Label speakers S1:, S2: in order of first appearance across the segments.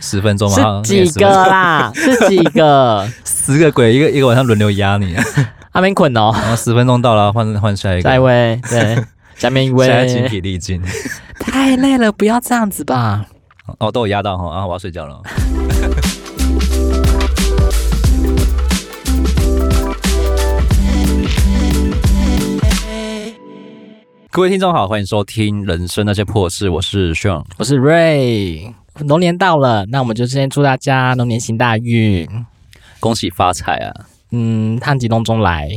S1: 十分钟嘛，
S2: 是几个 啦？是几个？
S1: 十个鬼，一个一个晚上轮流压 你，
S2: 阿明捆哦，
S1: 然后十分钟到了，换换下一个，
S2: 下一位，对，下面一
S1: 现在精
S2: 位，
S1: 疲力尽。
S2: 太累了，不要这样子吧。
S1: 哦，都有压到哈啊，我要睡觉了。各位听众好，欢迎收听《人生那些破事》，我是 Sean。
S2: 我是 Ray，龙年到了，那我们就先祝大家龙年行大运，
S1: 恭喜发财啊！
S2: 嗯，烫吉隆中 来，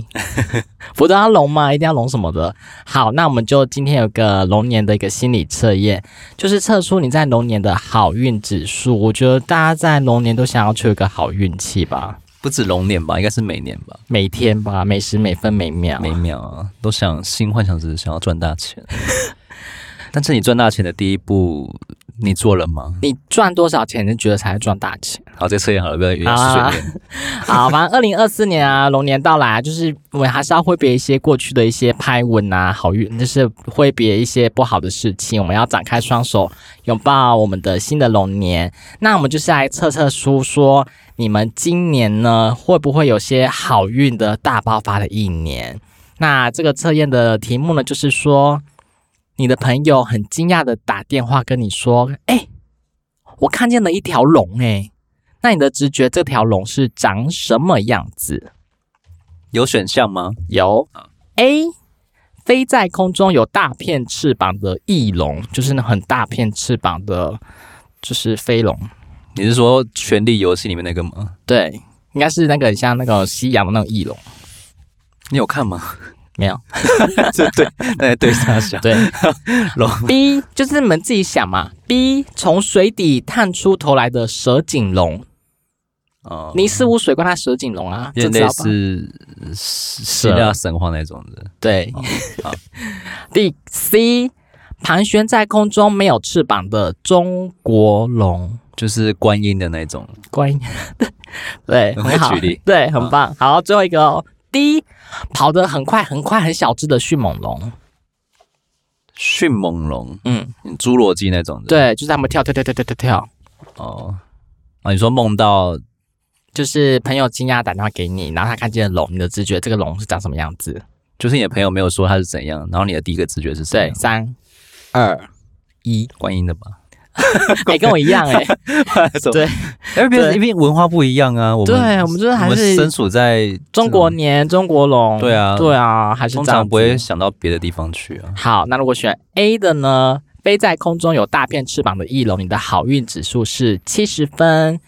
S2: 福德要龙嘛，一定要龙什么的。好，那我们就今天有个龙年的一个心理测验，就是测出你在龙年的好运指数。我觉得大家在龙年都想要求一个好运气吧，
S1: 不止龙年吧，应该是每年吧，
S2: 每天吧，每时每分每秒。
S1: 每秒啊，都想新幻想值想要赚大钱。 但是你赚大钱的第一步，你做了吗？
S2: 你赚多少钱，你就觉得才会赚大钱。
S1: 好，这测验好了，不要有点
S2: 好啊
S1: 水面。
S2: 好，反正二零二四年啊，龙年到来啊，就是我们还是要挥别一些过去的一些拍文啊，好运，就是挥别一些不好的事情，我们要展开双手，拥抱我们的新的龙年。那我们就是来测测书说，你们今年呢会不会有些好运的大爆发的一年？那这个测验的题目呢，就是说你的朋友很惊讶的打电话跟你说：“哎、我看见了一条龙、哎。”那你的直觉这条龙是长什么样子？
S1: 有选项吗？
S2: 有
S1: 啊
S2: A 飞在空中有大片翅膀的翼龙，就是那很大片翅膀的，就是飞龙。
S1: 你是说《权力游戏》里面那个吗？
S2: 对，应该是那个很像那个西洋的那种翼龙，
S1: 你有看吗？
S2: 没有
S1: 这对，那对傻笑。
S2: 对。
S1: 龙
S2: B 就是你们自己想嘛。B 从水底探出头来的蛇颈龙，
S1: 哦，
S2: 尼斯湖水怪它蛇颈龙啊，
S1: 有
S2: 这
S1: 点
S2: 知道
S1: 类
S2: 吧
S1: 似呃希希腊神话那种的。
S2: 对
S1: 哦，好
S2: 第 C，盘旋在空中没有翅膀的中国龙，
S1: 就是观音的那种，
S2: 观音， 对，
S1: 很
S2: 很好
S1: 会举例，
S2: 对，很棒。好，最后一个哦，D，跑得很快很快很小只的迅猛龙，
S1: 迅猛龙、
S2: 嗯，
S1: 侏罗纪那种的。
S2: 对，就是他们跳跳跳跳跳跳跳，
S1: 哦，啊，你说梦到
S2: 就是朋友惊讶打电话给你，然后他看见龙，你的直觉这个龙是长什么样子？
S1: 就是你的朋友没有说他是怎样，然后你的第一个直觉是什啊么
S2: 对，
S1: 样？
S2: 三二 一，
S1: 观音的吧？
S2: 哎、跟我一 样哎、对，
S1: 因为
S2: 对
S1: 因为文化不一样啊，我们
S2: 对我们就是还
S1: 我们
S2: 是
S1: 身处在
S2: 中国年中国龙，
S1: 对啊
S2: 对啊，还
S1: 这
S2: 是
S1: 种，通
S2: 这样
S1: 常
S2: 子
S1: 不会想到别的地方去啊。
S2: 好，那如果选 A 的呢？飞在空中有大片翅膀的翼龙，你的好运指数是七十分。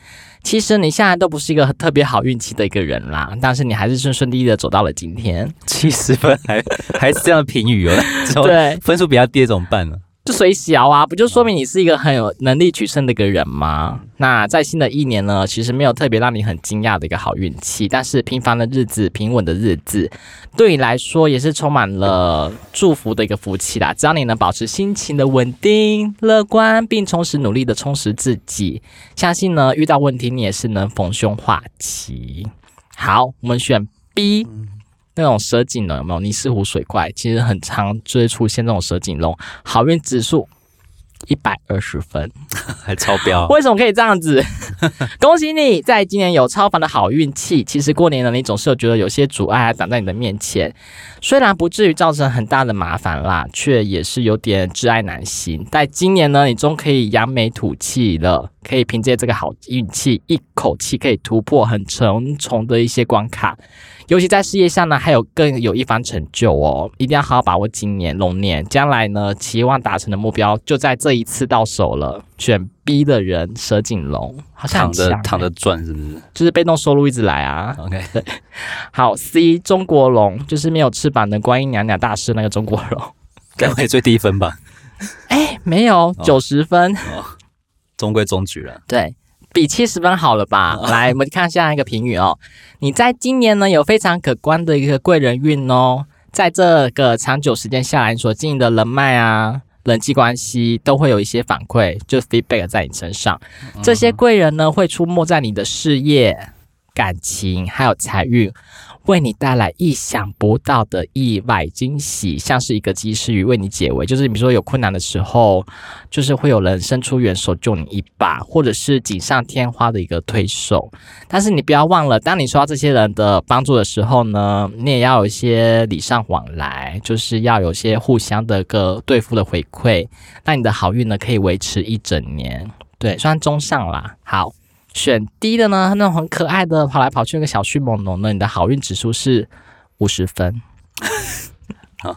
S2: 其实你现在都不是一个特别好运气的一个人啦，但是你还是顺顺利利的走到了今天。
S1: 七十分还 还是这样的评语哦，这种
S2: 对，
S1: 分数比较低的怎么办呢？
S2: 就水小啊，不就说明你是一个很有能力取胜的一个人吗？那在新的一年呢，其实没有特别让你很惊讶的一个好运气，但是平凡的日子、平稳的日子，对你来说也是充满了祝福的一个福气啦。只要你能保持心情的稳定、乐观，并充实努力的充实自己，相信呢遇到问题你也是能逢凶化吉。好，我们选 B。那种蛇颈龙有没有？尼斯湖水怪其实很常就会出现这种蛇颈龙，好运指数一百二十分。
S1: 还超标，
S2: 为什么可以这样子？恭喜你，在今年有超凡的好运气。其实过年呢，你总是有觉得有些阻碍啊挡在你的面前，虽然不至于造成很大的麻烦啦，却也是有点挚爱难行。但今年呢，你终可以扬眉吐气了，可以凭借这个好运气，一口气可以突破很重重的一些关卡。尤其在事业上呢，还有更有一番成就哦！一定要好好把握今年龙年，将来呢，期望达成的目标就在这一次到手了。选 B 的人蛇颈龙，好像
S1: 躺
S2: 很
S1: 着
S2: 强
S1: 躺
S2: 欸
S1: 着转是不是
S2: 就是被动收入一直来啊。
S1: ？OK，
S2: 好，C 中国龙就是没有翅膀的观音娘娘大师那个中国龙，
S1: 该不会最低分吧？
S2: 哎，没有九十分，
S1: 中规中矩了。
S2: 对。比七十分好了吧？来，我们看下一个评语哦。你在今年呢有非常可观的一个贵人运哦，在这个长久时间下来，你所经营的人脉啊、人际关系都会有一些反馈，就 feedback 在你身上。这些贵人呢会出没在你的事业、感情还有财运，为你带来意想不到的意外惊喜，像是一个及时雨为你解围。就是比如说有困难的时候，就是会有人伸出援手救你一把，或者是锦上添花的一个推手。但是你不要忘了，当你收到这些人的帮助的时候呢，你也要有一些礼尚往来，就是要有一些互相的个对付的回馈，那你的好运呢可以维持一整年。对，算中上啦。好，选 D 的呢，那种很可爱的跑来跑去那个小迅猛龙呢，你的好运指数是五十分，
S1: 好，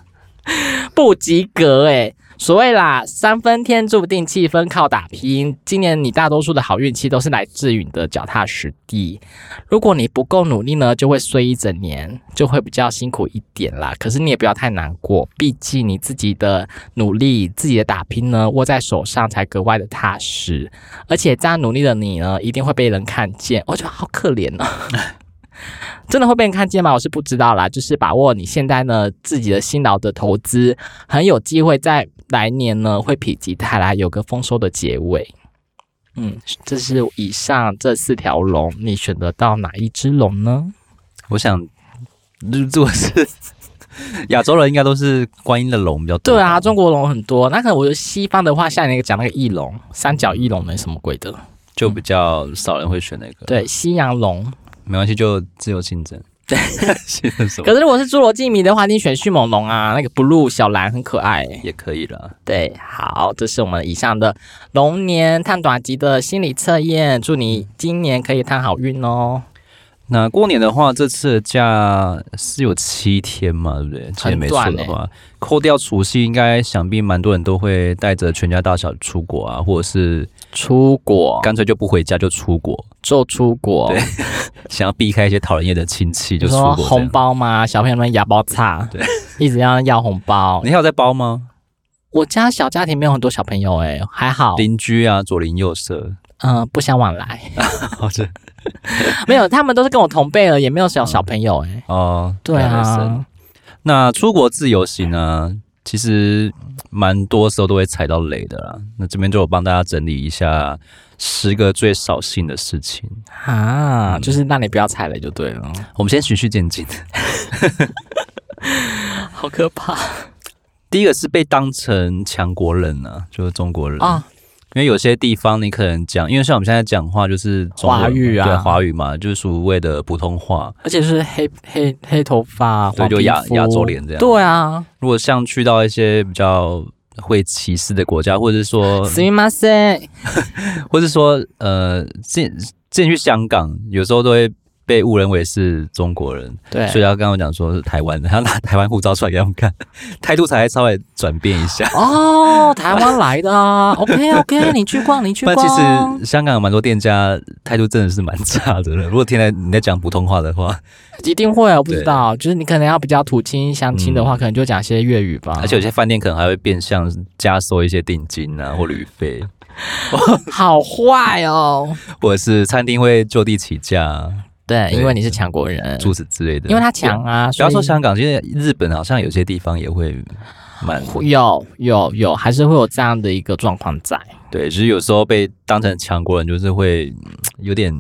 S2: 不及格哎、所谓啦，三分天注定，七分靠打拼。今年你大多数的好运气都是来自于你的脚踏实地。如果你不够努力呢，就会衰一整年，就会比较辛苦一点啦。可是你也不要太难过，毕竟你自己的努力、自己的打拼呢，握在手上才格外的踏实。而且这样努力的你呢，一定会被人看见。我觉得好可怜哦。真的会被人看见吗？我是不知道啦。就是把握你现在呢自己的辛劳的投资，很有机会在来年呢会否极泰来，有个丰收的结尾。嗯，这是以上这四条龙，你选得到哪一只龙呢？
S1: 我想，如如果是亚洲人，应该都是观音的龙比较多。
S2: 对啊，中国龙很多。那可能我觉得西方的话，像你那个讲那个翼龙、三角翼龙，没什么鬼的。
S1: 就比较少人会选那个。，
S2: 对，西洋龙。
S1: 没关系，就自由竞争。 对，竞争什么
S2: 可是如果是侏罗纪迷的话，你选迅猛龙啊，那个 blue 小蓝很可爱欸、
S1: 也可以啦。
S2: 对，好，这是我们以上的龙年探短集的心理测验，祝你今年可以探好运哦。
S1: 那过年的话，这次的假是有七天嘛，对不对？记得没错的
S2: 很短欸
S1: 话，扣掉除夕，应该想必蛮多人都会带着全家大小出国啊，或者是
S2: 出国
S1: 干脆就不回家就出国，
S2: 就出国，
S1: 想要避开一些讨人厌的亲戚
S2: 你
S1: 就出
S2: 说
S1: 国这样。
S2: 红包吗？小朋友们牙包差，
S1: 对，
S2: 一直要要红包。
S1: 你还有在包吗？
S2: 我家小家庭没有很多小朋友、哎，还好，
S1: 邻居啊，左邻右舍，
S2: 嗯、不相往来，
S1: 好的
S2: 没有，他们都是跟我同辈了，也没有小小朋友、哎，
S1: 哦，
S2: 对
S1: 原来是
S2: 啊，
S1: 那出国自由行呢，其实蛮多时候都会踩到雷的啦。那这边就有帮大家整理一下十个最扫兴的事情。嗯
S2: 啊，就是让你不要踩雷就对了，
S1: 我们先循序渐进。
S2: 好可怕
S1: 第一个是被当成强国人啊，就是中国人
S2: 啊！
S1: 因为有些地方你可能讲，因为像我们现在讲话就是中文嘛
S2: 华语啊
S1: 对华语嘛，就是所谓的普通话。
S2: 而且是黑黑黑头发，
S1: 对
S2: 黄
S1: 就
S2: 皮
S1: 亚
S2: 肤
S1: 亚洲脸这样
S2: 对啊，
S1: 如果像去到一些比较会歧视的国家，或者是 说
S2: すみません。
S1: 或是说，呃，之前之前去香港，有时候都会被误认为是中国人，
S2: 对
S1: 所以他刚刚讲说是台湾的，他拿台湾护照出来给他们看，态度才稍微转变一下。
S2: 哦，台湾来的啊，OK OK，你去逛，你 去
S1: 不然
S2: 逛。
S1: 其实香港有蛮多店家态度真的是蛮差的了。如果听在你在讲普通话的话，
S2: 一定会啊，我不知道，就是你可能要比较土亲相亲的话，可能就讲些粤语吧。
S1: 而且有些饭店可能还会变相加收一些定金啊或旅 费，
S2: 好坏哦，
S1: 或者是餐厅会就地起价、啊，
S2: 对，
S1: 对
S2: 因为你是强国人，
S1: 诸此之类的。
S2: 因为他强啊，
S1: 不要说
S2: 所以
S1: 香港，现在日本好像有些地方也会蛮
S2: 有有有，还是会有这样的一个状况在。
S1: 对，其实有时候被当成强国人，就是会嗯有点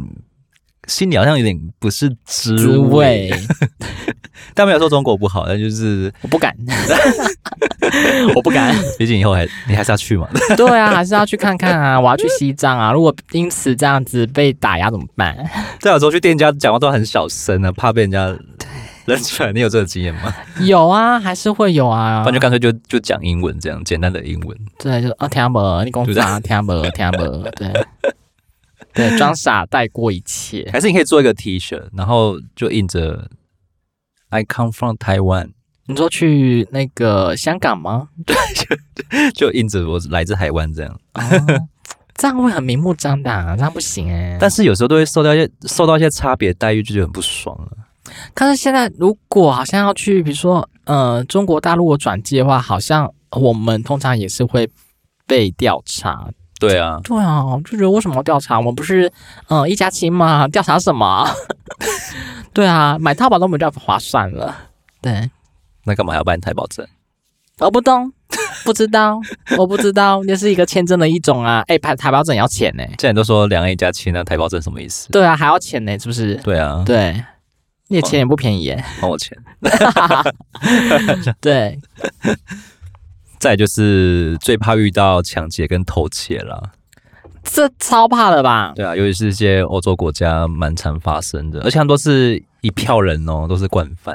S1: 心里好像有点不是滋
S2: 滋味，
S1: 但没有说中国不好，但就是
S2: 我不敢，我不敢。
S1: 毕竟以后还你还是要去嘛。
S2: 对啊，还是要去看看啊，我要去西藏啊。如果因此这样子被打压怎么办？
S1: 但有时候去店家讲话都很小声啊，怕被人家认出来。你有这个经验 吗？
S2: 有啊，还是会有啊。
S1: 不然就干脆就就讲英文这样简单的英文。
S2: 对，就啊，听无，你讲
S1: 就这
S2: 啥？听无，听无，对，对，装傻带过一切。
S1: 还是你可以做一个 T 恤，然后就印着 “I come from Taiwan”，
S2: 你说去那个香港吗？
S1: 就印着我来自台湾这样。
S2: 哦这样会很明目张胆啊，这样不行哎、
S1: 但是有时候都会受到一些受到一些差别待遇，就觉得很不爽啊。
S2: 但是现在如果好像要去，比如说呃，中国大陆的转机的话，好像我们通常也是会被调查。
S1: 对啊，
S2: 对啊，我就觉得为什么要调查？我们不是嗯、呃一家亲 吗？调查什么？对啊，买淘宝都比较划算了。对。
S1: 那干嘛还要办台保证？
S2: 我不懂，不知道，我不知道，这是一个签证的一种啊。哎、台台胞证也要钱呢、欸
S1: 既然都说两岸一家亲，那台胞证什么意思？
S2: 欸对啊，还要钱呢、是不是？
S1: 对啊，哦
S2: 对，你的钱也不便宜耶。
S1: 还我钱。
S2: 对，
S1: 再来就是最怕遇到抢劫跟偷窃啦，
S2: 这超怕的吧？
S1: 对啊，尤其是一些欧洲国家蛮常发生的，而且他们都是一票人哦，都是惯犯，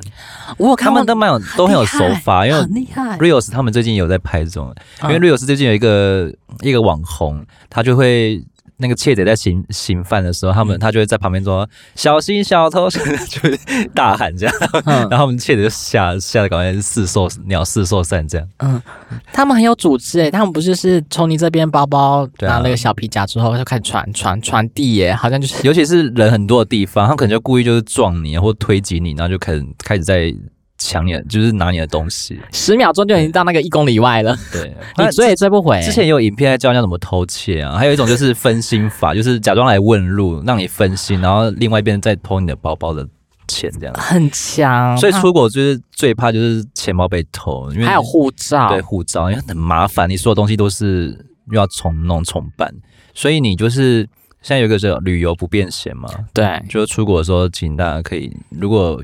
S2: 我有
S1: 他
S2: 看过
S1: 们都蛮有都很有手法，因为
S2: 很厉害，
S1: Rios 他们最近有在拍这种，因为
S2: 嗯
S1: Rios 最近有一个一个网红，他就会那个窃贼在行行犯的时候，他
S2: 嗯
S1: 们他就会在旁边说小心小偷， 就会大喊这样，
S2: 嗯
S1: 然后我们窃贼就吓吓得赶快四兽鸟四兽散这样。
S2: 他们很有组织诶、他们不是是从你这边包包
S1: 对啊
S2: 拿了个小皮夹之后，就开始传传传递耶，好像就是
S1: 尤其是人很多的地方，他可能就故意就是撞你或推挤你，然后就开始开始在抢你的，就是拿你的东西。
S2: 十秒钟就已经到那个一公里 外了，
S1: 对，
S2: 你追也追不回、
S1: 之前也有影片在教人家怎么偷窃啊，还有一种就是分心法，就是假装来问路，让你分心，然后另外一边再偷你的包包的钱这样。
S2: 很强，
S1: 所以出国就是最怕就是钱包被偷，因为
S2: 还有护照
S1: 对，护照，因为很麻烦，你所有东西都是又要重弄重办，所以你就是现在有一个叫旅游不便携嘛，
S2: 对，
S1: 就是出国的时候，请大家可以如果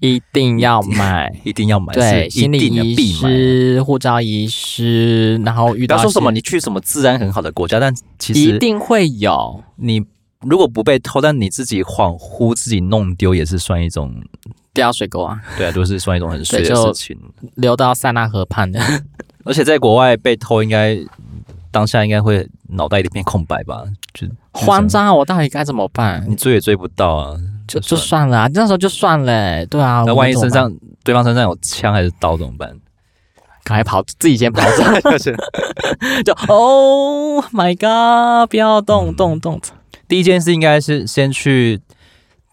S2: 一定要买。
S1: 一定要买，
S2: 对，
S1: 是一
S2: 心理
S1: 定的
S2: 医
S1: 必买。
S2: 师、护照医师，然后遇
S1: 不
S2: 到
S1: 要说什么
S2: 一
S1: 你去什么治安很好的国家，但其
S2: 些一
S1: 实
S2: 定会有，
S1: 你如果不被偷，但你自己恍惚自己弄丢，也是算一种，
S2: 掉水沟啊，
S1: 对啊，都是算一种很衰
S2: 对
S1: 的
S2: 就
S1: 事情。
S2: 流到塞纳河畔 的，
S1: 而且在国外被偷，应该当下应该会脑袋一片空白吧？就
S2: 慌，
S1: 就
S2: 张啊！我到底该怎么办
S1: 是？你追也追不到啊。
S2: 就嗯就算了啊，那时候就算了欸、对啊，
S1: 那
S2: 我
S1: 万一
S2: 怎么
S1: 身
S2: 办
S1: 上对方身上有枪还是刀怎么办？
S2: 赶快跑，自己先跑走， 就 Oh my God，不要动动动，
S1: 第一件事应该是先去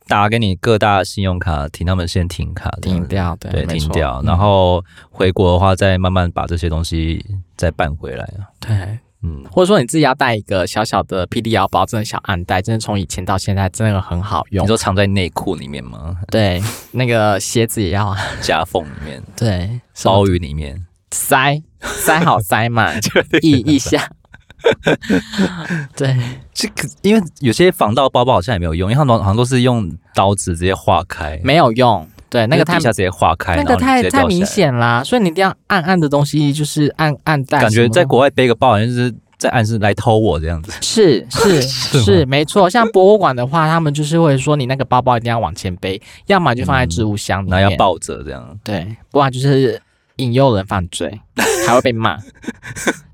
S1: 打给你各大信用卡，请他们先停卡，这样
S2: 停
S1: 子
S2: 掉，对，
S1: 对，嗯
S2: 没
S1: 停
S2: 错
S1: 掉，然后回国的话，再慢慢把这些东西再办回来啊。
S2: 对。
S1: 嗯，
S2: 或者说你自己要带一个小小的霹雳腰包，真的小暗袋，真的从以前到现在真的很好
S1: 你
S2: 用。
S1: 说藏在内裤里面吗？
S2: 对，那个鞋子也要啊，
S1: 夹缝里 面、
S2: 对，什么
S1: 包鱼里面，
S2: 塞塞好塞 满，意一下。 对，
S1: 这个因为有些防盗包包好像也没有用，因为他们好像都是用刀子直接划开，
S2: 没有用。对，那个
S1: 嗯就是
S2: 太
S1: 底下直接划开，
S2: 那
S1: 然后
S2: 个
S1: 你直
S2: 太
S1: 接
S2: 太
S1: 掉下来
S2: 明，显啦，所以你一定要暗暗的东西，就是暗暗袋什
S1: 感
S2: 么的。
S1: 觉在国外背个包好像就是在暗示来偷我这样子。
S2: 是 是
S1: 是吗
S2: 是，没错。像博物馆的话，他们就是会说你那个包包一定要往前背，要么就放在置物箱里
S1: 然后
S2: 面，
S1: 嗯要抱着这样，
S2: 对，不然就是引诱人犯罪，还会被 骂。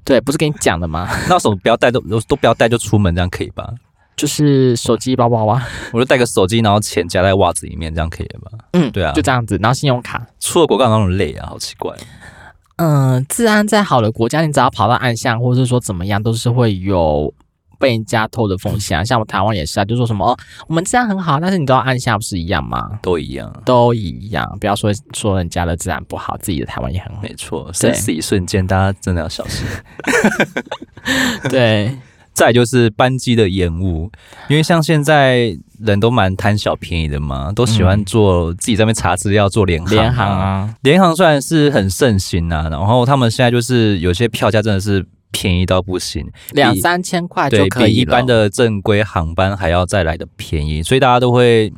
S2: 对，不是跟你讲的吗？
S1: 那为什么不要带都都不要带就出门这样可以吧？
S2: 就是手机包包啊，
S1: 我就带个手机，然后钱夹在袜子里面这样可以了吧？
S2: 嗯，
S1: 对啊
S2: 就这样子。然后信用卡，
S1: 出了国干嘛那么累啊？好奇怪。
S2: 嗯，治安再好的国家，你只要跑到暗巷，或者是说怎么样，都是会有被人家偷的风险啊。像我们台湾也是啊，就说什么哦，我们治安很好，但是你都要暗巷，不是一样吗？
S1: 都一样，
S2: 都一样，不要说说人家的治安不好，自己的台湾也 很好。
S1: 没错，生死一瞬间，大家真的要小心。
S2: 对，
S1: 再来就是班机的延误，因为像现在人都蛮贪小便宜的嘛，都喜欢做自己在那边查资料做联航、
S2: 联航，啊，
S1: 联航虽然是很盛行啊，然后他们现在就是有些票价真的是便宜到不行，
S2: 两三千块就
S1: 对
S2: 可
S1: 比
S2: 以
S1: 一般
S2: 了
S1: 的正规航班还要再来的便宜，所以大家都会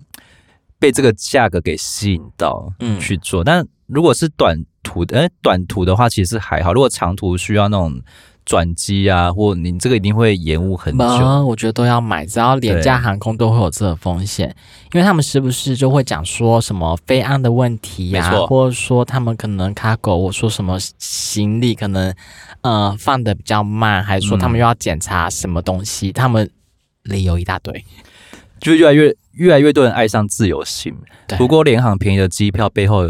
S1: 被这个价格给吸引到，
S2: 嗯
S1: 嗯，去做。但如果是短途的，呃，短途的话其实还好，如果长途需要那种转机啊，或你这个一定会延误很久。
S2: 没，我觉得都要买，只要廉价航空都会有这个风险，因为他们时不时就会讲说什么飞安的问题呀、
S1: 没错
S2: 或者说他们可能 cargo 我说什么行李可能呃放的比较慢，还是说他们又要检查什么东西，他们理由一大堆。
S1: 就越来越越来越多人爱上自由行
S2: 对。
S1: 不过联航便宜的机票背后。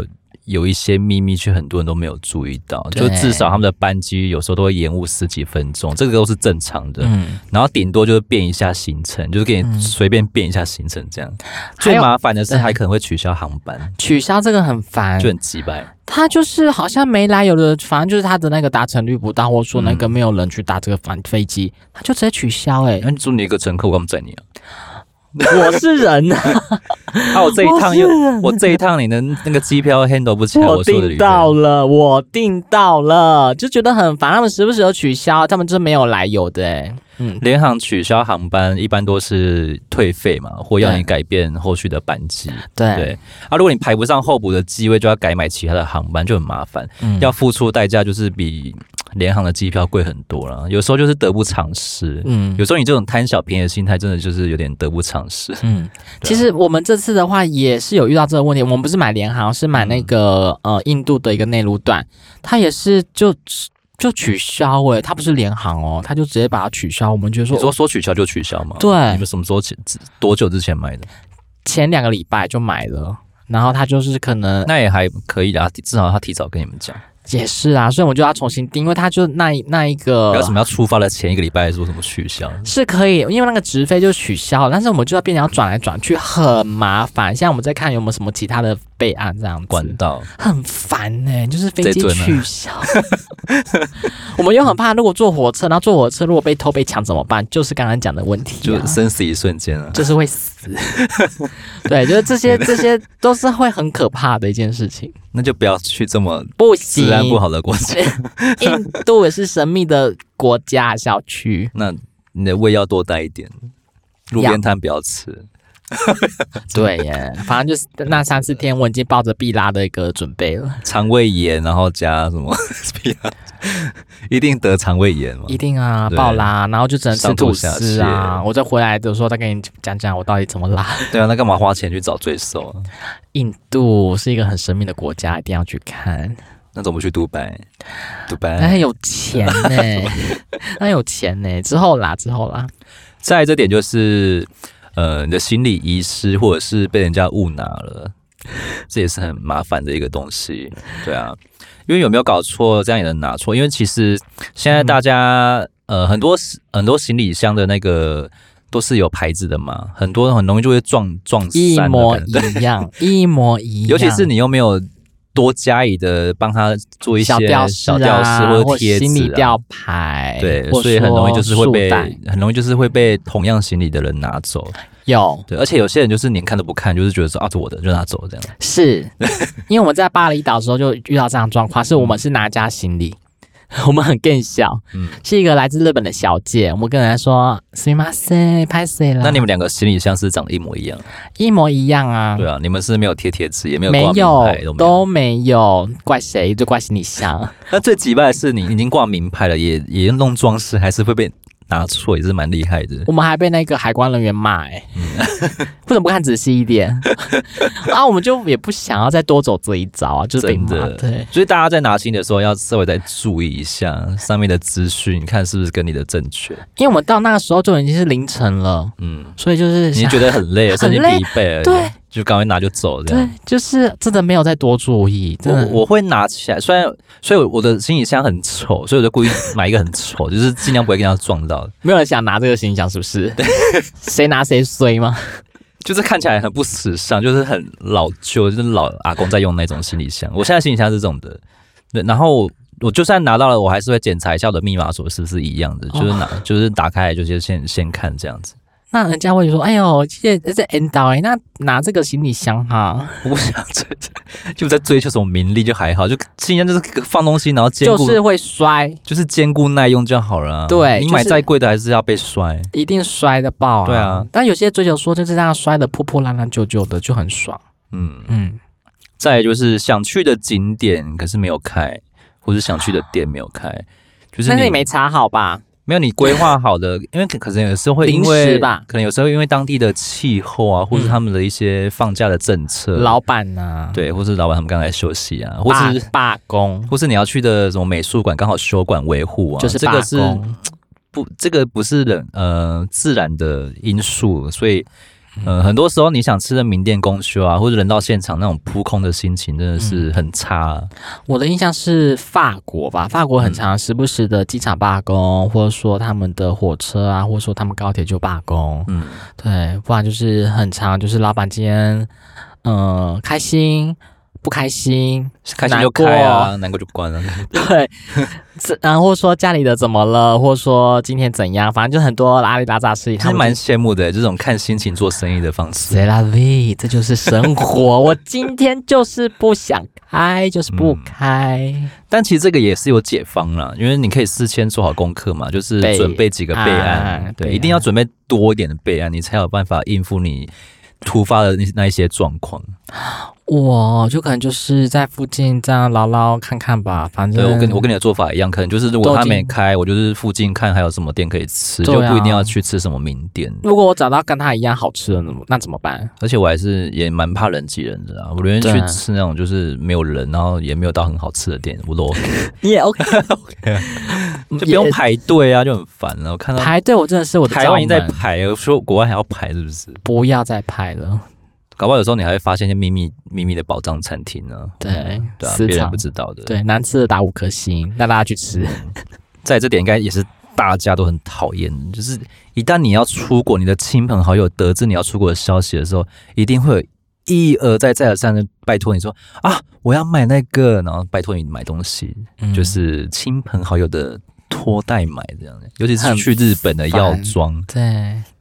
S1: 有一些秘密，却很多人都没有注意到。
S2: 对
S1: 就至少他们的班机有时候都会延误十几分钟，这个都是正常的。
S2: 嗯，
S1: 然后顶多就是变一下行程，就是给你随便变一下行程这样。最麻烦的是还可能会取消航班，
S2: 取消这个很烦
S1: 就，很鸡掰。
S2: 他就是好像没来由的，反正就是他的那个达成率不到，或者说那个没有人去搭这个反飞机，他就直接取消、欸。
S1: 那你哎说你一个乘客，我干嘛载你啊？
S2: 我是人啊，
S1: 啊，我这一趟又我这一趟你的那个机票 handle 不起来，
S2: 我
S1: 我说的
S2: 订
S1: 旅
S2: 到
S1: 费。
S2: 了，我订到了，就觉得很烦。他们时不时有取消，他们就是没有来由的、欸。嗯
S1: 联航取消航班一般都是退费嘛，或要你改变后续的班机。
S2: 对，
S1: 对，啊，如果你排不上候补的机位，就要改买其他的航班，就很麻烦，
S2: 嗯
S1: 要付出代价就是比联航的机票贵很多了。有时候就是得不偿失，
S2: 嗯
S1: 有时候你这种贪小便宜的心态，真的就是有点得不偿失。
S2: 嗯，其实我们这次的话也是有遇到这个问题，我们不是买联航，是买那个、呃印度的一个内陆段，它也是就就取消诶、它不是联航哦，它就直接把它取消。我们觉得
S1: 你
S2: 说，
S1: 说说取消就取消吗？
S2: 对
S1: 你们什么时候前多久之前买的？
S2: 前两个礼拜就买了，然后它就是可能
S1: 那也还可以啊，至少他提早跟你们讲。
S2: 也是啊，所以我就要重新订，因为它就那一那一个
S1: 不要什么要出发的前一个礼拜说什么取消，
S2: 是可以，因为那个直飞就取消了，但是我们就要变成要转来转去，很麻烦。现在我们在看有没有什么其他的备案这样子，
S1: 管道
S2: 很烦呢、就是飞
S1: 这啊
S2: 机
S1: 准啊
S2: 取消。 我们又很怕，如果坐火车，然后坐火车如果被偷被抢怎么办？就是刚刚讲的问题、
S1: 就
S2: 啊，
S1: 生死一瞬间啊。
S2: 就是 会死。对，就是这些，这些都是会很可怕的一件事情。
S1: 那就不要去这么
S2: 不行
S1: 治，安不好的国家。
S2: 印度也是神秘的国家小区，
S1: 那你的胃要多带一点，路边摊不要吃。
S2: 对耶，反正就是那三四天，我已经抱着必拉的一个准备了，
S1: 肠胃炎，然后加什么？ 一定得肠胃炎嘛？
S2: 一定啊，
S1: 对
S2: 爆拉，然后就只能吃
S1: 上
S2: 吐
S1: 吐下
S2: 司啊。
S1: 泻
S2: 我再回来的时候再跟你讲讲我到底怎么拉。
S1: 对啊，那干嘛花钱去找罪受啊？
S2: 印度是一个很神秘的国家，一定要去看。
S1: 那怎么去杜拜？杜
S2: 那
S1: 拜
S2: 很有钱呢、 那有钱呢、之后啦，之后啦，
S1: 再来这点就是，呃，你的心理遗失或者是被人家误拿了，这也是很麻烦的一个东西。对啊，因为有没有搞错，这样也能拿错？因为其实现在大家、呃很多很多行李箱的那个都是有牌子的嘛，很多很容易就会撞撞
S2: 一
S1: 散的
S2: 模
S1: 感觉，
S2: 一样，一模一样。
S1: 尤其是你又没有。多加以的帮他做一些
S2: 小吊饰、
S1: 小
S2: 啊、
S1: 吊饰或者
S2: 或
S1: 贴纸、啊、
S2: 心理吊牌，
S1: 对，
S2: 或
S1: 所以很容易
S2: 说
S1: 就是会被
S2: 束带
S1: 很容易就是会被同样行李的人拿走。
S2: 有
S1: 对，而且有些人就是连看都不看，就是觉得说啊，这我的就拿走这样。
S2: 是， 因为我们在巴厘岛的时候就遇到这样的状况，是我们是拿家行李， 我们很更小，
S1: 嗯
S2: 是一个来自日本的小姐，我们跟人家说“すみません，拍谁了”，
S1: 那你们两个行李箱是长得一模一样，
S2: 一模一样啊，
S1: 对啊，你们是没有贴贴纸，也没有
S2: 没
S1: 挂名牌，
S2: 有
S1: 都没有。
S2: 没有，怪谁？就怪行 李箱。
S1: 那最击败的是你已经挂名牌了，也也弄装饰，还是会被拿错，也是蛮厉害的。
S2: 我们还被那个海关人员骂、欸，
S1: 嗯
S2: 为什么 不看仔细一点？ 啊，我们就也不想要再多走这一招啊，就是被
S1: 真
S2: 骂。
S1: 的
S2: 对，，
S1: 所以大家在拿行李的时候要稍微再注意一下上面的资讯，你看是不是跟你的正确？
S2: 因为我们到那个时候就已经是凌晨了，
S1: 嗯，
S2: 所以就是
S1: 你就
S2: 想
S1: 觉得很累，身
S2: 很
S1: 心
S2: 累
S1: 疲惫了，
S2: 对，
S1: 就赶快拿就走这样
S2: 对。，就是真的没有再多注意，真
S1: 我
S2: 的。
S1: 我会拿起来，虽然所以我的行李箱很丑，所以我就故意买一个很丑，就是尽量不会跟它撞到，
S2: 没有人想拿这个行李箱，是不 是？谁拿谁衰吗？
S1: 就是看起来很不时尚，就是很老旧，就是老阿公在用那种行李箱。我现在行李箱是这种的，对，然后我就算拿到了，我还是会检查一下我的密码锁是不是一样的，
S2: 哦
S1: 就是拿、就是打开来就是先先看这样子。
S2: 那人家会说：“哎呦，这这 N 导哎，那拿这个行李箱哈、
S1: 我不想追，就在追求什么名利就还好，就行李箱就是放东西，然后兼
S2: 就
S1: 顾。
S2: 是会摔，
S1: 就是兼顾耐用就好了啊、
S2: 对
S1: 你
S2: 就是
S1: 买再贵的还是要被摔。
S2: 一定摔的爆啊！
S1: 对啊，
S2: 但有些追求说就是这样摔的破破烂烂旧旧的就很爽。
S1: 嗯，
S2: 嗯，
S1: 再来就是想去的景点可是没有开，或是想去的店没有开，就是
S2: 但
S1: 你
S2: 是你没查好吧？
S1: 没有你规划好 的，因为可可能有时候会因
S2: 临时
S1: 为
S2: 吧
S1: 可能有时候因为当地的气候啊，或是
S2: 嗯
S1: 他们的一些放假的政策，
S2: 老板呐、，
S1: 对，或是老板他们刚才休息啊，或
S2: 罢
S1: 是
S2: 罢工
S1: 或是你要去的什么美术馆刚好休馆维护啊，
S2: 就是
S1: 这
S2: 罢
S1: 个是
S2: 工，
S1: 不这个不是人呃自然的因素，所以。
S2: 嗯
S1: 呃，很多时候你想吃的名店公休啊，或者人到现场那种扑空的心情，真的是很差啊、
S2: 我的印象是法国吧，法国
S1: 嗯
S2: 很常时不时的机场罢工，或者说他们的火车啊，或者说他们高铁就罢工。
S1: 嗯，
S2: 对，不然就是很常就是老板今天嗯、呃开心。不开心，
S1: 开心就开啊，难过就关啊。
S2: 对，这然后说家里的怎么了，或者说今天怎样，反正就很多拉里拉杂事情。
S1: 其 实
S2: 他们
S1: 蛮羡慕的，这种看心情做生意的方式。
S2: 谁啦 V，这就是 生活。我今天就是不想开，就是不
S1: 嗯
S2: 开。
S1: 但其实这个也是有解方啦，因为你可以事先做好功课嘛，就是
S2: 备
S1: 准备几个备案，
S2: 案
S1: 对，
S2: 备
S1: 一定要
S2: 案
S1: 准备多一点的备案，你才有办法应付你突发的那那一些状况。
S2: 我就可能就是在附近这样唠唠看看吧，反
S1: 对
S2: 正
S1: 我跟我跟你的做法一样，可能就是如果
S2: 都已
S1: 他没
S2: 经
S1: 开，我就是附近看还有什么店可以吃，
S2: 对
S1: 就
S2: 啊
S1: 不一定要去吃什么名店。
S2: 如果我找到跟他一样好吃的，那么那怎么办？
S1: 而且我还是也蛮怕人挤人的啊，我宁愿去
S2: 对啊
S1: 吃那种就是没有人，然后也没有到很好吃的店，我都 OK，
S2: 你也 OK，
S1: 就不用排队啊，就很烦了。我看到
S2: 嗯排队，我真的是我的
S1: 台湾已经在
S2: 罩门
S1: 排了，说国外还要排是不是？
S2: 不要再排了。
S1: 搞不好有时候你还会发现一些秘密秘密的宝藏餐厅呢、
S2: 对
S1: 对啊，
S2: 私藏
S1: 别人不知道的。，
S2: 对，难吃的打五颗星，带大家去吃。
S1: 在这点应该也是大家都很讨厌的，就是一旦你要出国，你的亲朋好友得知你要出国的消息的时候，一定会有一而再再而三的拜托你说啊，我要买那个，然后拜托你买东西，
S2: 嗯
S1: 就是亲朋好友的。托代买这样的，尤其是
S2: 很
S1: 去日本的药妆，
S2: 对，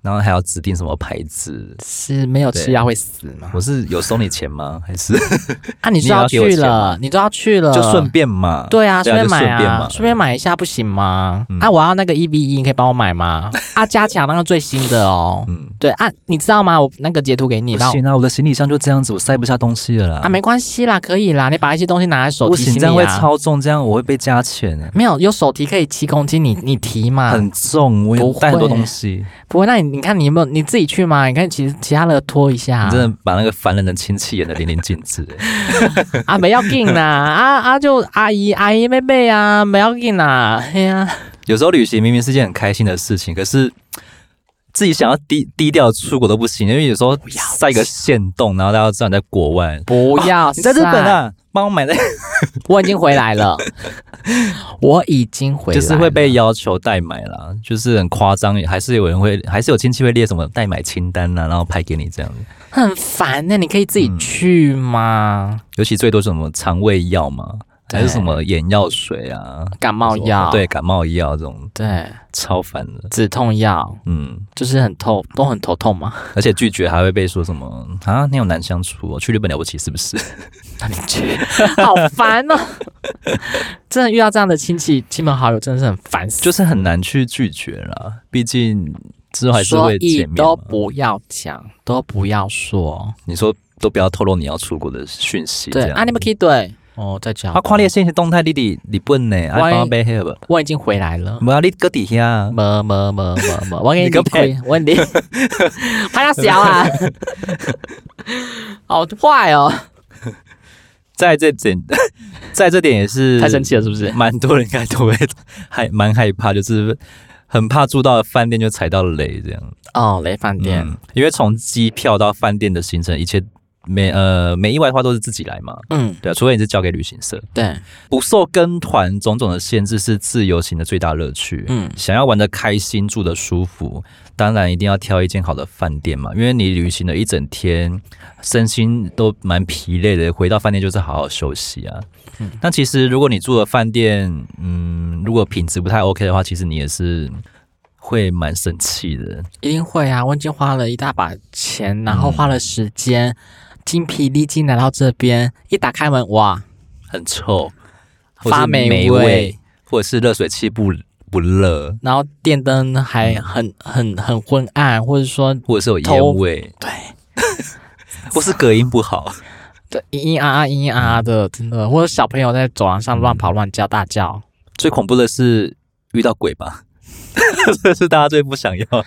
S1: 然后还要指定什么牌 子。
S2: 是没有吃
S1: 对
S2: 药会死吗？
S1: 我是有收你钱 吗？还是
S2: 啊，你
S1: 你也
S2: 都
S1: 要
S2: 要
S1: 给我
S2: 去
S1: 钱
S2: 了，你都要去了，
S1: 就顺便嘛？
S2: 对啊，顺
S1: 就
S2: 便买
S1: 顺便嘛
S2: 啊，顺便买一下不行吗
S1: 嗯？
S2: 啊，我要那个 E V E，你可以帮我买 吗？啊，加强那个最新的哦。
S1: 嗯，
S2: 对啊，你知道吗？我那个截图给你，
S1: 不
S2: 然后
S1: 行啊，我的行李箱就这样子，我塞不下东西了啦。
S2: 啊，没关系啦，可以啦，你把一些东西拿在手
S1: 不
S2: 提
S1: 行，
S2: 行
S1: 这样
S2: 李
S1: 会
S2: 啊。
S1: 超重，这样我会被加钱欸
S2: 没有，有手提可以七公斤，你你提嘛？
S1: 很重，我有
S2: 不会
S1: 带很多东西。
S2: 啊不会，那你你看你有没有你自己去嘛？你看其实其他的拖一下
S1: 你，真的把那个烦人的亲戚演的淋漓尽致欸，
S2: 啊，不要紧啦，啊啊就阿姨阿姨妹妹啊，不要紧啦，嘿呀、啊，
S1: 有时候旅行明明是件很开心的事情，可是自己想要低低调出国都不行，因为有时候塞一个线洞，然后大家都知道你在国外。
S2: 不啊要、
S1: 你在日本 啊，帮我买的，
S2: 我已经回来了，我已经回来
S1: 就
S2: 了，
S1: 是会被要求代买啦，就是很夸张，还是有人会，还是有亲戚会列什么代买清单啊呐、然后拍给你这样子。
S2: 很烦呢、你可以自己
S1: 嗯
S2: 去吗？
S1: 尤其最多是什么肠胃药嘛，
S2: 对
S1: 还是什么眼药水啊、
S2: 感冒药，
S1: 对，感冒药这种
S2: 对，
S1: 超烦的，
S2: 止痛药
S1: 嗯，
S2: 就是很头都很头痛 嘛。
S1: 而且拒绝还会被说什么啊，你有难相处、哦，去日本了不起是不是？
S2: 那你去，好烦哦！真的遇到这样的亲戚、亲朋好友，真的是很烦死。
S1: 就是很难去拒绝啦，毕竟之后还是
S2: 所
S1: 会
S2: 以
S1: 见面
S2: 都
S1: 嘛。
S2: 不要讲，都不要说。
S1: 你说都不要透露你要出国的讯息，
S2: 对
S1: 这样
S2: 啊，你们可以对哦，再讲
S1: 啊，。跨列信息动态，你弟你本呢？啊，
S2: 万一
S1: 帮背黑不？
S2: 我已经回来 了。
S1: 没啊，你搁底下，
S2: 么么么么么，我给
S1: 你
S2: 你
S1: 个
S2: 理亏，我给你理 拍他小啊，好坏哦，
S1: 在这点， 在这点也是
S2: 太生气了是不是？
S1: 蛮多人应该都会害蛮害怕，就是很怕住到饭店就踩到雷这样。
S2: 哦，雷饭店，
S1: 嗯，因为从机票到饭店的行程，一切没呃没意外的话都是自己来嘛。
S2: 嗯，
S1: 对啊，除非你是交给旅行社，
S2: 对，
S1: 不受跟团种种的限制是自由行的最大乐趣。
S2: 嗯
S1: 想要玩的开心，住的舒服，当然一定要挑一间好的饭店嘛，因为你旅行了一整天，身心都蛮疲累的，回到饭店就是好好休息啊。
S2: 嗯
S1: 那其实如果你住的饭店，嗯，如果品质不太 OK 的话，其实你也是会蛮生气的。
S2: 一定会啊！我已经花了一大把钱，然后花了时间，精疲力尽来到这边，一打开门，哇，
S1: 很臭，或
S2: 发
S1: 是
S2: 霉
S1: 霉
S2: 味
S1: 味，或者是热水器不不热，
S2: 然后电灯还很很很昏暗，或者说
S1: 或者是有
S2: 头
S1: 烟味，
S2: 对
S1: 或是隔音不好。
S2: 对嘤嘤啊啊嘤嘤啊啊的，真的，或者小朋友在走廊上乱跑乱叫大 叫，
S1: 最恐怖的是遇到鬼吧， 这是大家最不想要。
S2: 哦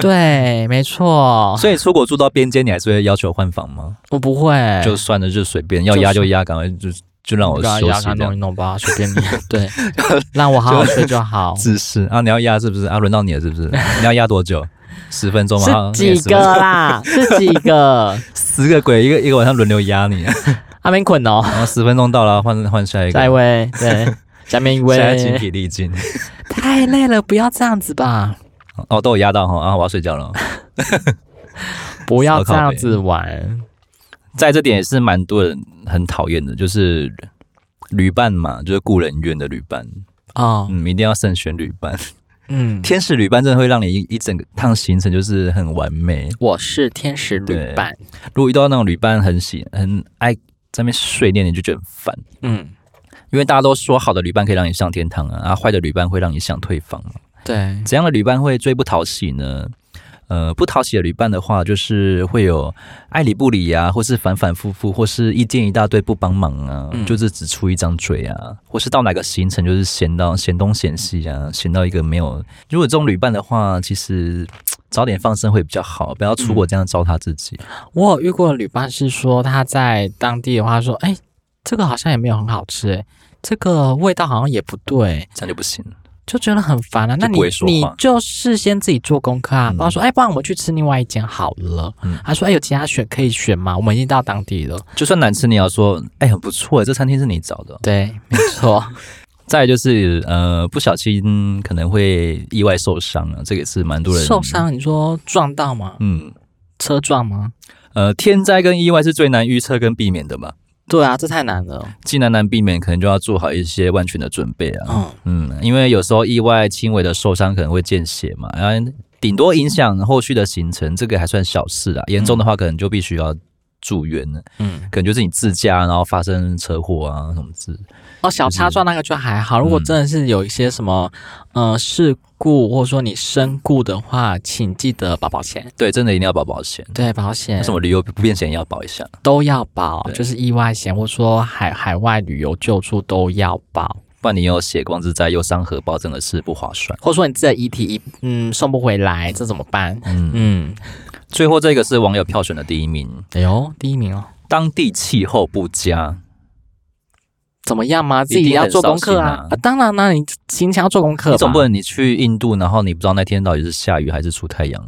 S2: 对，没错，
S1: 所以出国住到边间，你还是会要求换房吗？
S2: 我不会，
S1: 就算了，就随便，要压就压，赶快就就让我
S2: 把
S1: 休
S2: 牙
S1: 息这
S2: 膏啊弄
S1: 样
S2: 一。弄吧，随便你。对，让我好好睡就好。
S1: 姿势啊，你要压是不是啊？轮到你了是不是？你要压多久？十分钟吗？啊
S2: 是几
S1: 10分
S2: 个
S1: 钟
S2: 啦？ 是几 个？
S1: 十个鬼，一个一个晚上轮流压 你，
S2: 阿明捆哦，
S1: 然后十分钟到了，换换下一个
S2: 下一。位，对，下面一
S1: 现在精
S2: 位。
S1: 疲力尽。
S2: 太累了，不要这样子吧，
S1: 哦，都有压到哈啊！我要睡觉了。
S2: 不要这样子玩。
S1: 在这点也是蛮多人很讨厌的，就是旅伴嘛，就是雇人院的旅伴，
S2: 哦，
S1: 嗯，一定要慎选旅伴。
S2: 嗯，
S1: 天使旅伴真的会让你一一整个趟行程就是很完美。
S2: 我是天使旅伴，
S1: 如果遇到那种旅伴很喜很爱在那边碎念，你就觉得很烦，
S2: 嗯，
S1: 因为大家都说好的旅伴可以让你上天堂啊，啊，坏的旅伴会让你想退房嘛。
S2: 对，
S1: 怎样的旅伴会最不讨喜呢？呃，不讨喜的旅伴的话，就是会有爱理不理啊，或是反反复复，或是意见一大堆不帮忙啊，
S2: 嗯
S1: 就是只出一张嘴啊，或是到哪个行程就是闲到闲东闲西啊，闲到一个没有。如果这种旅伴的话，其实早点放生会比较好，不要出国这样糟蹋自己。
S2: 我有遇过的旅伴是说他在当地的话说，哎、这个好像也没有很好吃、哎，这个味道好像也不对，
S1: 这样就不行。
S2: 就觉得很烦啊。那
S1: 就
S2: 你
S1: 不会说话
S2: 你就事先自己做功课啊，
S1: 嗯
S2: 然后说，哎、不然我们去吃另外一间好了。
S1: 嗯
S2: 他说，哎、有其他选可以选吗？我们已经到当地了。
S1: 就算难吃，你也要说，哎、很不错，这餐厅是你找的哦。
S2: 对，没错，
S1: 再来就是，呃，不小心可能会意外受伤啊，这个也是蛮多人
S2: 受。伤你说撞到吗？
S1: 嗯，
S2: 车撞吗？
S1: 呃，天灾跟意外是最难预测跟避免的嘛，
S2: 对啊，这太难了。
S1: 既然难避免，可能就要做好一些万全的准备啊。
S2: 嗯，
S1: 嗯，因为有时候意外轻微的受伤可能会见血嘛，然后顶多影响后续的行程，这个还算小事啊。严重的话，可能就必须要住院了，
S2: 嗯，
S1: 可能就是你自驾然后发生车祸啊什么之。
S2: 哦，小擦撞那个就还好。如果真的是有一些什么，呃，事故或者说你身故的话，请记得保保险。
S1: 对，真的一定要保保险。
S2: 对，保险
S1: 什么旅游不便险也要保一下。
S2: 都要保，
S1: 对
S2: 就是意外险或者说海海外旅游救助都要保，
S1: 不然你有血光之灾又伤荷包，真的是不划算。
S2: 或者说你自己的遗体一嗯送不回来，这怎么办？
S1: 嗯，
S2: 嗯，
S1: 最后这个是网友票选的第一名，
S2: 哎呦，第一名哦，
S1: 当地气候不佳，
S2: 怎么样嘛？自
S1: 定
S2: 己要做功课
S1: 很扫
S2: 啊
S1: 兴啊！
S2: 啊，当然啦，你行前要做功课吧，
S1: 你总不能你去印度，然后你不知道那天到底是下雨还是出太阳。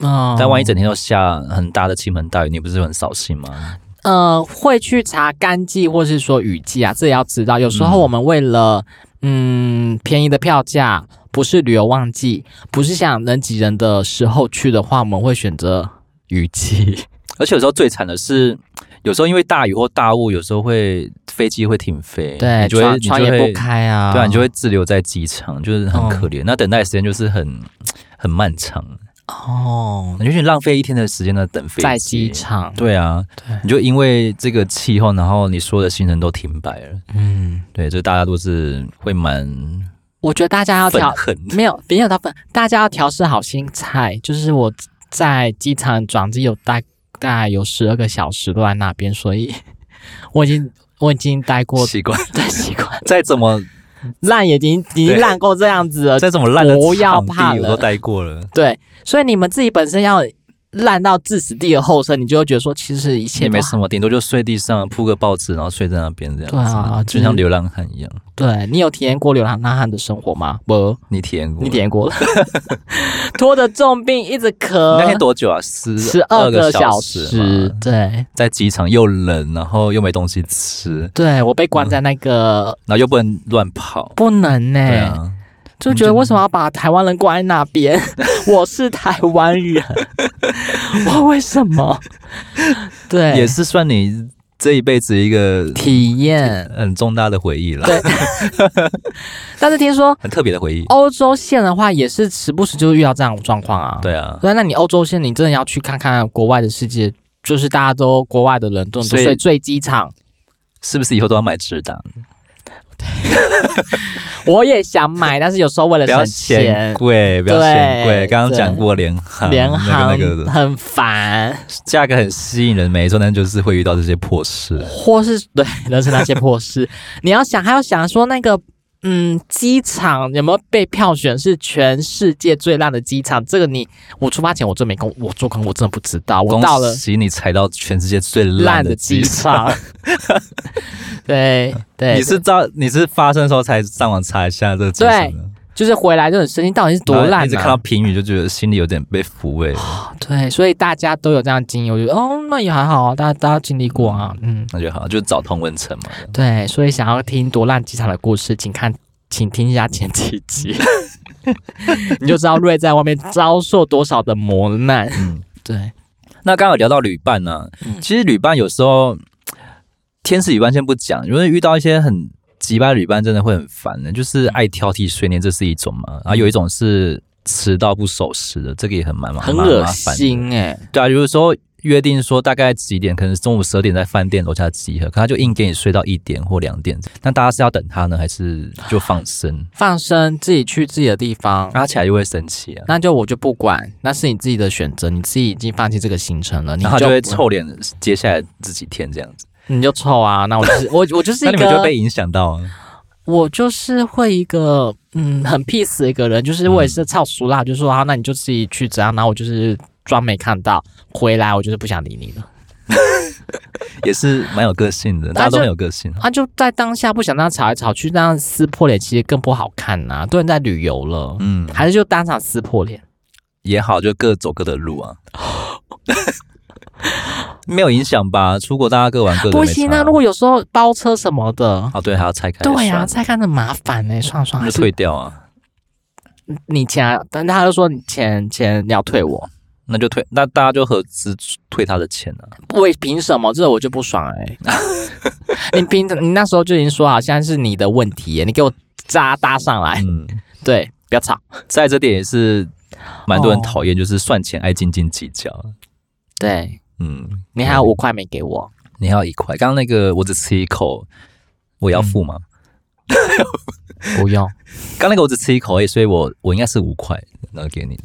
S2: 哦
S1: 但万一整天都下很大的倾盆大雨，你不是很扫兴吗？
S2: 呃，会去查干季或是说雨季啊，这也要知道。有时候我们为了嗯便宜的票价，不是旅游旺季，不是想人挤人的时候去的话，我们会选择雨 季。
S1: 而且有时候最惨的是，有时候因为大雨或大雾，有时候会飞机会停飞，
S2: 对，
S1: 你就会
S2: 窗
S1: 你就
S2: 窗也
S1: 会
S2: 不开啊，
S1: 对啊，你就会滞留在机场，就是很可怜。那等待时间就是很很漫长，
S2: 哦，
S1: 你就觉得浪费一天的时间在等飞机。
S2: 在机场，
S1: 对啊，
S2: 对，
S1: 你就因为这个气候，然后你所有的行程都停摆了。
S2: 嗯，
S1: 对，这大家都是会蛮
S2: 我觉得大家要
S1: 愤
S2: 调
S1: 恨的。
S2: 没有，没有他粉，大家要调试好心态。就是我在机场转机有大概有十二个小时都在那边，所以 我已经我已经待过
S1: 习惯，
S2: 对习惯，
S1: 再怎么
S2: 烂也已经已经烂够这样子了。
S1: 再怎么烂的
S2: 不呃要
S1: 场地
S2: 怕
S1: 我
S2: 了
S1: 都待过了。
S2: 对，所以你们自己本身要烂到致死地而后生，你就会觉得说，其实一切
S1: 也
S2: 都
S1: 没
S2: 好。
S1: 什么，顶多就睡地上铺个报纸，然后睡在那边这样子，
S2: 对啊就是
S1: 就像流浪汉一样。
S2: 对你有体验过流浪汉的生活吗？不，
S1: 你体验过？
S2: 你体验 过了，拖着重病一直
S1: 你那
S2: 咳
S1: 天，多久啊？十
S2: 十
S1: 二
S2: 二个
S1: 小
S2: 小
S1: 时
S2: 时
S1: 嘛，，
S2: 对。
S1: 在机场又冷，然后又没东西吃，
S2: 对我被关在那个、
S1: 然后又不能乱跑。
S2: 不能呢、
S1: 对啊，
S2: 就觉得为什么要把台湾人关在那 边？我是台湾 人，我为什么？对，
S1: 也是算你这一辈子一个
S2: 哎体验。
S1: 很重大的回忆了，
S2: 对，但是听说
S1: 很特别的回忆。
S2: 欧洲线的话，也是时不时就遇到这样的状况啊。
S1: 对啊，
S2: 对，那你欧洲线，你真的要去看看国外的世界，就是大家都国外的人都
S1: 所以
S2: 睡醉机场，
S1: 是不是以后都要买直达？
S2: 我也想买，但是有时候为了
S1: 不要
S2: 省
S1: 嫌
S2: 钱，
S1: 贵，不要嫌贵。
S2: 对
S1: 刚刚讲过联航，
S2: 联航
S1: 嗯那个那个
S2: 很烦。
S1: 价格很吸引人，没错，但就是会遇到这些破事。
S2: 或是对，都是那些破事。 你要想，还要想说那个，嗯，机场有没有被票选是全世界最烂的机场？这个你我出发前我真没空，我做空我真的不知道。我到
S1: 恭
S2: 了
S1: 喜你踩到全世界最
S2: 烂
S1: 烂
S2: 的
S1: 的
S2: 机
S1: 机场。
S2: 场， 对对，
S1: 你是知道你是发生的时候才上网查一下这个机场的，
S2: 就是回来就很生气，到底是多
S1: 然后
S2: 烂
S1: 一直看
S2: 啊
S1: 到？评语就觉得心里有点被抚 慰。
S2: 对，所以大家都有这样的经验，我觉得哦，那也还好啊，大家大家经历过啊，嗯，
S1: 那就好，就找同文层嘛。
S2: 对，所以想要听多烂机场的故事，请看，请听一下前几 集，你就知道瑞在外面遭受多少的磨难。
S1: 嗯，
S2: 对，
S1: 那刚刚有聊到旅伴呢、
S2: 嗯
S1: 其实旅伴有时候天使旅伴先不讲，因为遇到一些很急巴旅伴，真的会很烦的，就是爱挑剔碎念，这是一种嘛，然后有一种是迟到不守时的，这个也很蛮麻
S2: 很
S1: 蛮
S2: 恶
S1: 麻烦的
S2: 心哎、
S1: 对啊，有的时候约定说大概几点，可能中午十二点在饭店楼下集合，可他就硬给你睡到一点或两点，那大家是要等他呢，还是就放生？
S2: 放生自己去自己的地方，
S1: 他起来就会生气啊，
S2: 那就我就不管，那是你自己的选择，你自己已经放弃这个行程了，你
S1: 然后他
S2: 就
S1: 就会，臭脸接下来这几天这样子，
S2: 你就臭啊！那我就是 我我就是
S1: 那
S2: 一
S1: 你们就
S2: 个
S1: 会被影响到啊。
S2: 我就是会一个嗯很 peace 的一个人，就是我也是超俗辣，就说啊，那你就自己去怎样，然后我就是装没看到，回来我就是不想理你了。
S1: 也是蛮有个性 的，大
S2: 那就
S1: 家都很有个性啊。
S2: 啊，就在当下不想那样吵来吵去，那样撕破脸其实更不好看呐、都人在旅游了，
S1: 嗯，
S2: 还是就当场撕破脸。
S1: 也好，就各走各的路啊， 没有影响吧？出国大家各玩各的，
S2: 不
S1: 没
S2: 行
S1: 差
S2: 啊，如果有时候包车什么的，
S1: 哦对，还要拆开，
S2: 对呀、
S1: 呀、
S2: 再看着麻烦欸呢、算了算
S1: 那
S2: 了，
S1: 就退掉啊，
S2: 你钱啊，但他就说你钱钱你要退我，
S1: 那就退，那大家就合资退他的钱啊。
S2: 为凭什么？这我就不爽哎、 你凭你那时候就已经说好，现在是你的问题耶、你给我扎搭上来，
S1: 嗯，
S2: 对，不要吵，
S1: 在这点也是蛮多人
S2: 哦
S1: 讨厌，就是算钱爱斤斤计较。
S2: 对
S1: 嗯，
S2: 你还有五块没给我，
S1: 你还要一块，刚刚那个我只吃一口，我要付吗？
S2: 不用
S1: 刚那个我只吃一口而已，所以我我应该是五块，然后给你的，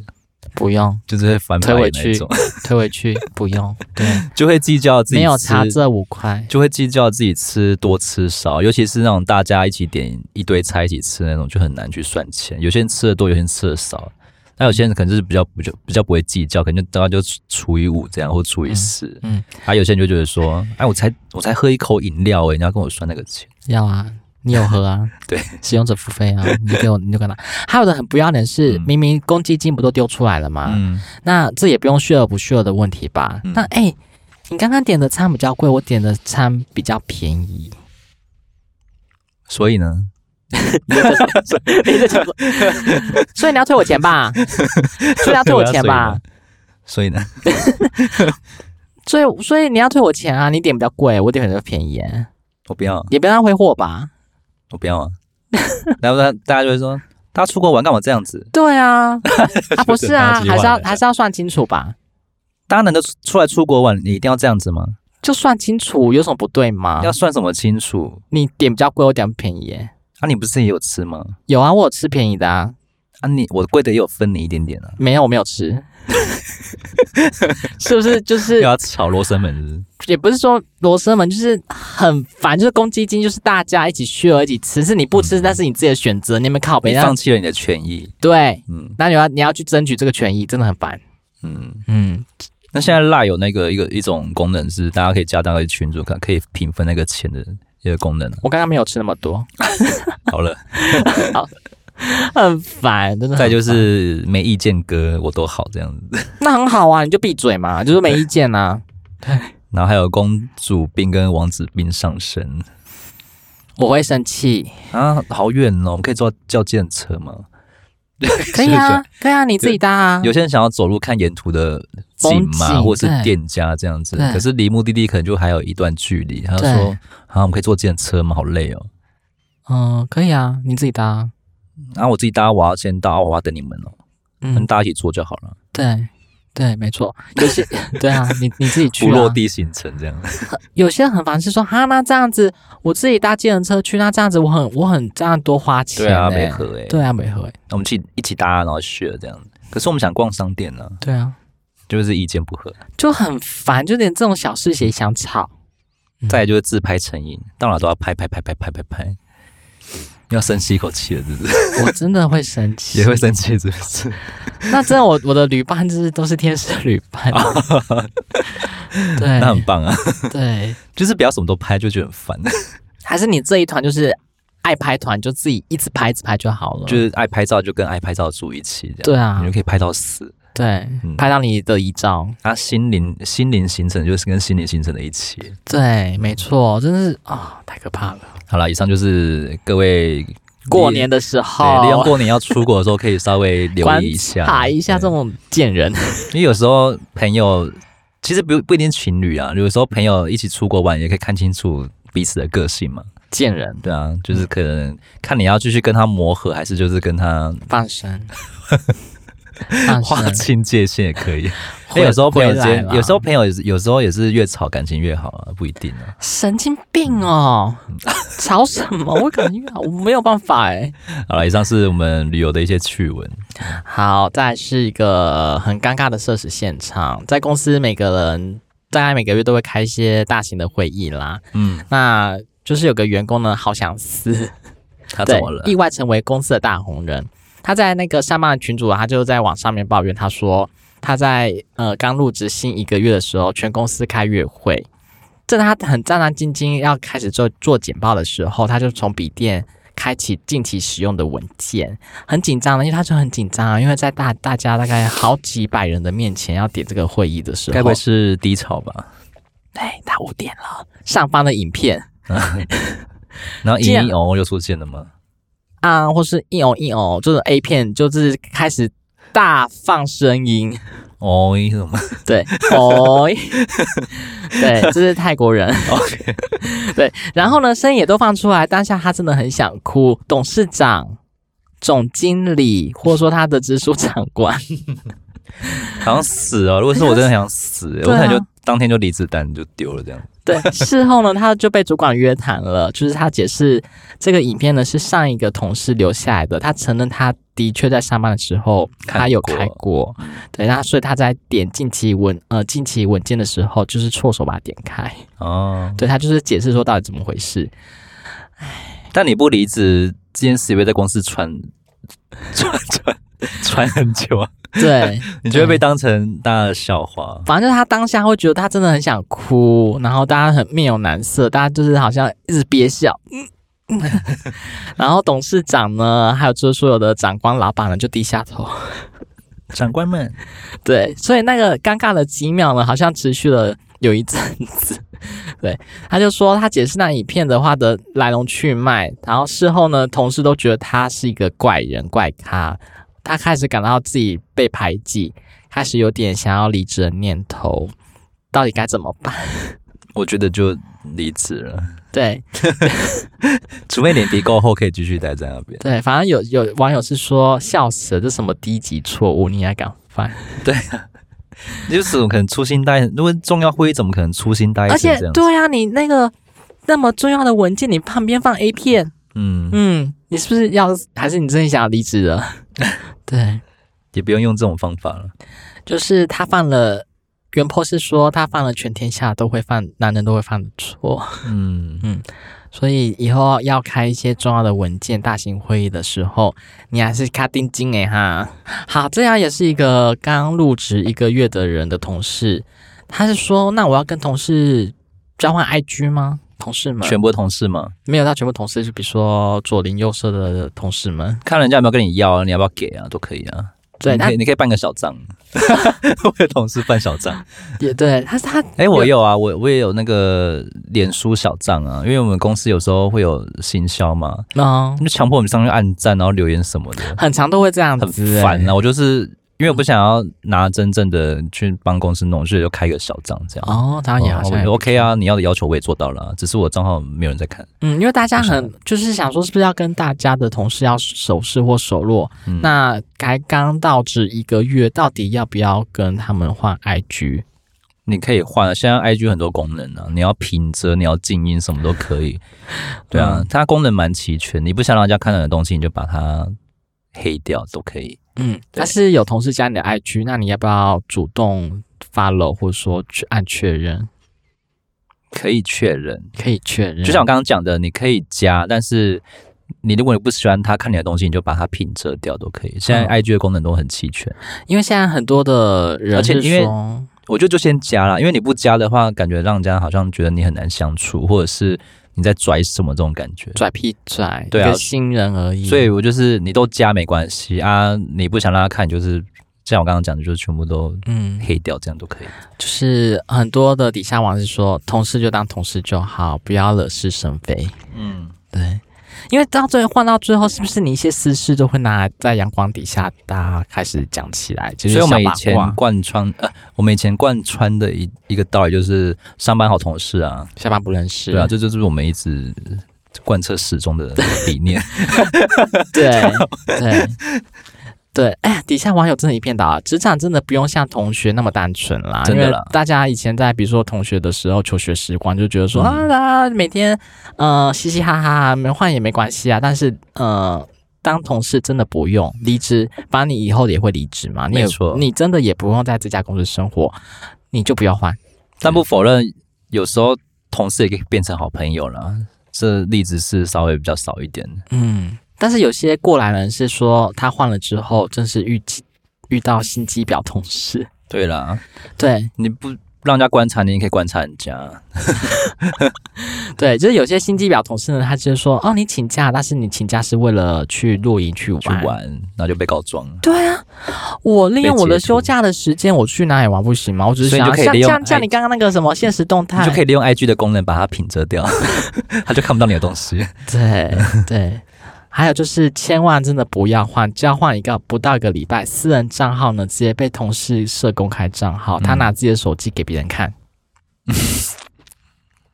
S2: 不 用
S1: 就是会翻白
S2: 退回
S1: 眼那一
S2: 去
S1: 种，
S2: 退回去，不用，对，
S1: 就会计较自己
S2: 没有
S1: 吃
S2: 差这五块，
S1: 就会计较自己吃多吃少，尤其是那种大家一起点一堆菜一起吃那种，就很难去算钱。有些人吃的多，有些人吃的少，那有些人可能就是比较不就比较不会计较，可能就大家就除以五这样或除以十、嗯。
S2: 嗯
S1: 还、有些人就觉得说，哎，我才我才喝一口饮料、哎，你要跟我算那个钱，，
S2: 要啊，你有喝 啊
S1: 对，
S2: 使用者付费啊，你就给我你就给他。还有的很不要脸是，
S1: 嗯
S2: 明明公积金不都丢出来了吗？
S1: 嗯，
S2: 那这也不用 share 不 share 的问题吧？
S1: 嗯
S2: 那哎、你刚刚点的餐比较贵，我点的餐比较便宜。
S1: 所以呢，
S2: 你这你这叫做所以你要退我钱 吧？所以你要退我 钱吧？
S1: 所以呢，
S2: 所以所以你要退我钱啊！你点比较贵，我点比较便宜耶，
S1: 我不要，
S2: 也不要挥霍吧？
S1: 我不要啊。然后呢，大家就会说，大家出国玩干嘛这样子？
S2: 对啊， 啊不是 啊，
S1: 这句
S2: 还
S1: 话
S2: 是要
S1: 来讲
S2: 还是要算清楚吧？
S1: 大家难得出出来出国玩，你一定要这样子吗？
S2: 就算清楚有什么不对吗？
S1: 要算什么清楚？
S2: 你点比较贵，我点便宜耶。
S1: 啊，你不是也有吃吗？
S2: 有啊，我有吃便宜的啊，
S1: 啊你，我贵的也有分你一点点啊，
S2: 没有我没有 吃，是不是？就是
S1: 又要炒罗生门是不是
S2: 也不是说罗生门，就是很烦，就是公积金，就是大家一起 share 一起吃，是你不吃，但是你自己的选嗯择，你有没有啊靠别
S1: 你
S2: 人
S1: 放？弃了你的权益，
S2: 对，
S1: 嗯
S2: 那你要你要去争取这个权益，真的很烦。
S1: 嗯。
S2: 嗯，
S1: 那现在赖有那个一个一种功能是，大家可以加到一个群组，看可以平分那个钱的一个功能啊、
S2: 我刚刚没有吃那么 多，
S1: 好了，
S2: 很烦，真的很
S1: 再
S2: 烦。
S1: 就是没意见哥我都好这样子，
S2: 那很好啊，你就闭嘴嘛，就是没意见啊。
S1: 然后还有公主病跟王子病上升
S2: 我会生 气，
S1: 啊，好远哦，我们可以坐叫计程车 吗？
S2: 可以啊，可以啊，你自己搭啊。
S1: 有些人想要走路看沿途的景
S2: 风
S1: 嘛，
S2: 景
S1: 或是
S2: 对
S1: 店家这样子，
S2: 对
S1: 可是离目的地可能就还有一段距离。他就
S2: 对
S1: 说：“啊，我们可以坐电车吗？好累哦。
S2: 嗯，可以啊，你自己搭啊。
S1: 然后我自己搭，我要先搭，我要等你们哦，跟
S2: 嗯，
S1: 大家一起坐就好了，
S2: 对对，没错。有些 对啊，你你自己去、
S1: 不
S2: 啊。
S1: 落地行程这样。
S2: 有些人很烦，是说哈，那这样子我自己搭计程车去，那这样子我很我很这样多花钱、
S1: 对啊，
S2: 欸
S1: 没合哎、
S2: 对啊，没合、欸，
S1: 那我们去一起搭，然后 share 这样。可是我们想逛商店呢、
S2: 对啊，
S1: 就是意见不合。
S2: 就很烦，就连这种小事情也想吵。嗯
S1: 再来就是自拍成瘾，到哪都要拍拍拍拍拍拍拍。要深吸一口气了，是 不是？
S2: 我真的会生气，
S1: 也会。生气，是不是？
S2: 那真的我，我的旅伴就是都是天使旅伴，
S1: 哦那很
S2: 对
S1: 棒啊！
S2: 对，
S1: 就是不要什么都拍，就觉得很烦。
S2: 还是你这一团就是爱拍团，就自己一直拍一直拍就好了。
S1: 就是爱拍照就跟爱拍照住一起，这样
S2: 对啊
S1: 你就可以拍到死。
S2: 对
S1: 嗯，
S2: 拍到你的遗照。
S1: 啊，心灵心灵形成就是跟心灵形成的一起。
S2: 对，没错，真是啊、太可怕了。
S1: 好了，以上就是各位
S2: 过年的时候，
S1: 对利用过年要出国的时候，可以稍微留
S2: 观
S1: 意一下，
S2: 察一下这
S1: 对，
S2: 种贱人。
S1: 因为有时候朋友其实不不一定情侣啊，有时候朋友一起出国玩也可以看清楚彼此的个性嘛。
S2: 贱人
S1: 对啊，就是可能看你要继续跟他磨合，还是就是跟他
S2: 放生，放
S1: 划
S2: 生
S1: 清界限也可以。因
S2: 回
S1: 为有时候朋友之
S2: 回来
S1: 间，
S2: 啦
S1: 有时候朋友也是有时候也是越吵感情越好啊，不一定啊。
S2: 神经病哦，
S1: 嗯
S2: 吵什么？我感觉啊我没有办法哎、
S1: 好了，以上是我们旅游的一些趣闻。
S2: 好，再来是一个很尴尬的社死现场，在公司每个人大概每个月都会开一些大型的会议啦，
S1: 嗯，
S2: 那就是有个员工呢，好想死，
S1: 他
S2: 对
S1: 怎么了？
S2: 意外成为公司的大红人。他在那个上班的群组啊，他就在网上面抱怨，他说他在呃刚入职新一个月的时候，全公司开月会，正当他很战战兢兢要开始做做简报的时候，他就从笔电。开启近期使用的文件，很紧张的，因为他就很紧张啊，因为在大大家大概好几百人的面前要点这个会议的时候，
S1: 该不会是低潮吧？
S2: 哎，他五点了，上方的影片
S1: 然后
S2: 这样
S1: 影音偶又出现了吗？
S2: 啊，或是一偶一偶，就是 A 片，就是开始大放声音，
S1: 哦，什么？
S2: 对，哦， 对，这是泰国人，
S1: OK
S2: 对，然后呢，声音也都放出来，当下他真的很想哭，董事长。总经理，或者说他的直属长官，
S1: 好想死哦！如果是我，真的很想死，欸我
S2: 啊
S1: 可能就当天就离职单就丢了这样。
S2: 对， 事后呢，他就被主管约谈了。就是他解释，这个影片呢是上一个同事留下来的。他承认他的确在上班的时候
S1: 看
S2: 他有
S1: 过
S2: 开过，对，那所以他在点近期文呃近期文件的时候，就是错手把它点开。
S1: 哦，
S2: 对他就是解释说到底怎么回事。
S1: 但你不离职这件事，也会在公司传传传传很久啊，
S2: 对，
S1: 你就会被当成大家的笑话。
S2: 反正就是他当下会觉得他真的很想哭，然后大家很面有难色，大家就是好像一直憋笑。嗯嗯 然后董事长呢，还有就是所有的长官、老板呢，就低下头。
S1: 长官们，
S2: 对，所以那个尴尬的几秒呢，好像持续了有一阵子。对，他就说他解释那影片的话的来龙去脉，然后事后呢，同事都觉得他是一个怪人怪咖，他开始感到自己被排挤，开始有点想要离职的念头，到底该怎么办？
S1: 我觉得就离职了，
S2: 对
S1: 除非脸皮够厚，可以继续待在那边。
S2: 对，反正有有网友是说笑死了，这什么低级错误，你还敢犯？
S1: 就是怎么可能粗心大意？如果重要会议，怎么可能粗心大意
S2: 而
S1: 成这
S2: 且
S1: 样子？
S2: 对啊，你那个那么重要的文件，你旁边放 A 片。
S1: 嗯，
S2: 嗯，你是不是要？还是你真的想要离职了？ 对，
S1: 也不用用这种方法了。
S2: 就是他犯了，原 po 是说他犯了全天下都会犯，男人都会犯的错，
S1: 嗯，
S2: 所以以后要开一些重要的文件、大型会议的时候，你还是卡定金哎哈。好，这样也是一个刚入职一个月的人的同事，他是说，那我要跟同事交换 IG 吗？同事们
S1: 嗯全部同事嘛，
S2: 没有，他全部同事就比如说左邻右舍的同事们，
S1: 看人家有没有跟你要啊，你要不要给啊，都可以啊。
S2: 对
S1: 你
S2: 他
S1: 可以你可以办个小 账，我有同事办小账。
S2: 也对，他是他
S1: 哎、我有啊，我我也有那个脸书小账啊，因为我们公司有时候会有行销嘛，他，
S2: 嗯
S1: 们就强迫我们上去按赞，然后留言什么的，
S2: 很长都会这样
S1: 很
S2: 子、
S1: 烦啊。我就是因为我不想要拿真正的去帮公司弄，所以就开个小账这样。
S2: 哦，当然也好像也
S1: 哦我 OK 啊，你要的要求我也做到了啊，只是我账号没有人在看。
S2: 嗯，因为大家很就是想说，是不是要跟大家的同事要熟识或熟络？
S1: 嗯
S2: 那才刚到职一个月，到底要不要跟他们换 IG？
S1: 你可以换啊，现在 IG 很多功能啊，你要平遮，你要静音，什么都可 以。对啊，
S2: 嗯
S1: 它功能蛮齐全，你不想让人家看到你的东西，你就把它黑掉都可以。
S2: 嗯，
S1: 对
S2: 但是有同事加你的 IG，那你要不要主动 follow 或者说去按确认？
S1: 可以确认，
S2: 可以确认，
S1: 就像我刚刚讲的，你可以加，但是你如果你不喜欢他看你的东西，你就把它平遮掉都可以。现在
S2: 嗯
S1: IG 的功能都很齐全，
S2: 因为现在很多的人
S1: 而且
S2: 是
S1: 因为
S2: 说
S1: 我觉得就先加啦，因为你不加的话，感觉让人家好像觉得你很难相处，或者是你在拽什么这种感觉。
S2: 拽屁拽，
S1: 对啊
S2: 一个新人而已，
S1: 所以我就是你都加没关系啊，你不想让他看，你就是像我刚刚讲的，就是全部都
S2: 嗯，
S1: 黑掉，这样都可以。
S2: 就是很多的底下网是说，同事就当同事就好，不要惹是生非。
S1: 嗯，
S2: 对，因为到最后换到最后，是不是你一些私事都会拿在阳光底下，大家开始讲起来？就是
S1: 所以我们以
S2: 小八
S1: 前
S2: 卦
S1: 贯穿呃，我们以前贯穿的一一个道理就是上班好同事啊，
S2: 下班不认识，
S1: 对啊，这就是我们一直贯彻始终的理 念。
S2: 对对对，哎，底下网友真的一片倒啊！职场真的不用像同学那么单纯啦，
S1: 真的
S2: 因为
S1: 啦
S2: 大家以前在比如说同学的时候，求学时光就觉得说、
S1: 嗯
S2: 啊啊，每天呃嘻嘻哈哈没换也没关系啊，但是呃。当同事真的不用离职，反正你以后也会离职嘛。你也
S1: 没错
S2: 你真的也不用在这家公司生活，你就不要换。
S1: 但不否认，有时候同事也可以变成好朋友啦。这例子是稍微比较少一点，
S2: 嗯，但是有些过来人是说，他换了之后，真是遇遇到心机婊同事。
S1: 对啦，
S2: 对，
S1: 你不让人家观察你，也可以观察人家。
S2: 对，就是有些心机婊同事呢，他就是说，哦，你请假，但是你请假是为了去露营去玩。
S1: 去玩，然后就被告状。
S2: 对啊，我利用我的
S1: 被截图
S2: 休假的时间，我去哪里玩不行吗？我只是
S1: 所以
S2: 想
S1: 你
S2: 要
S1: 就可以
S2: 像
S1: 利用哎
S2: 像像你刚刚那个什么现实动
S1: 你
S2: 态，
S1: 就可以利用 IG 的功能把它屏遮掉， 他就看不到你的东西。
S2: 对对。还有就是，千万真的不要换，只要换一个不到一个礼拜，私人账号呢直接被同事设公开账号，他
S1: 嗯
S2: 拿自己的手机给别人看。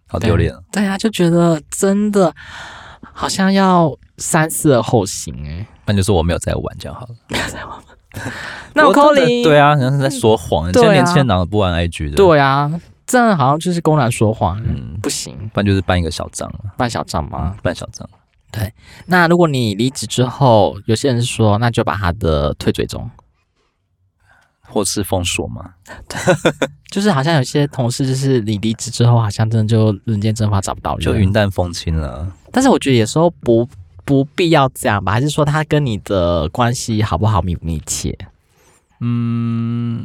S1: 好丢脸哦！
S2: 对啊，就觉得真的好像要三思而后行哎、
S1: 那就说我没有在玩这样好了。
S2: 那我扣
S1: 真的
S2: 零。
S1: 对啊，然后在说谎。
S2: 对
S1: 现
S2: 啊
S1: 在年轻人哪有不玩 IG 的？，
S2: 对啊，这样好像就是公然说谎，
S1: 嗯，
S2: 不行，
S1: 不然就是办一个小账
S2: 办小账嘛
S1: 啊。，办小账。
S2: 那如果你离职之后，有些人说，那就把他的退追踪，
S1: 或是封锁嘛，
S2: 就是好像有些同事，就是你离职之后，好像真的就人间蒸发找不到人，
S1: 就云淡风轻了。
S2: 但是我觉得有时候不不必要这样吧，还是说他跟你的关系好不好密不密切？
S1: 嗯，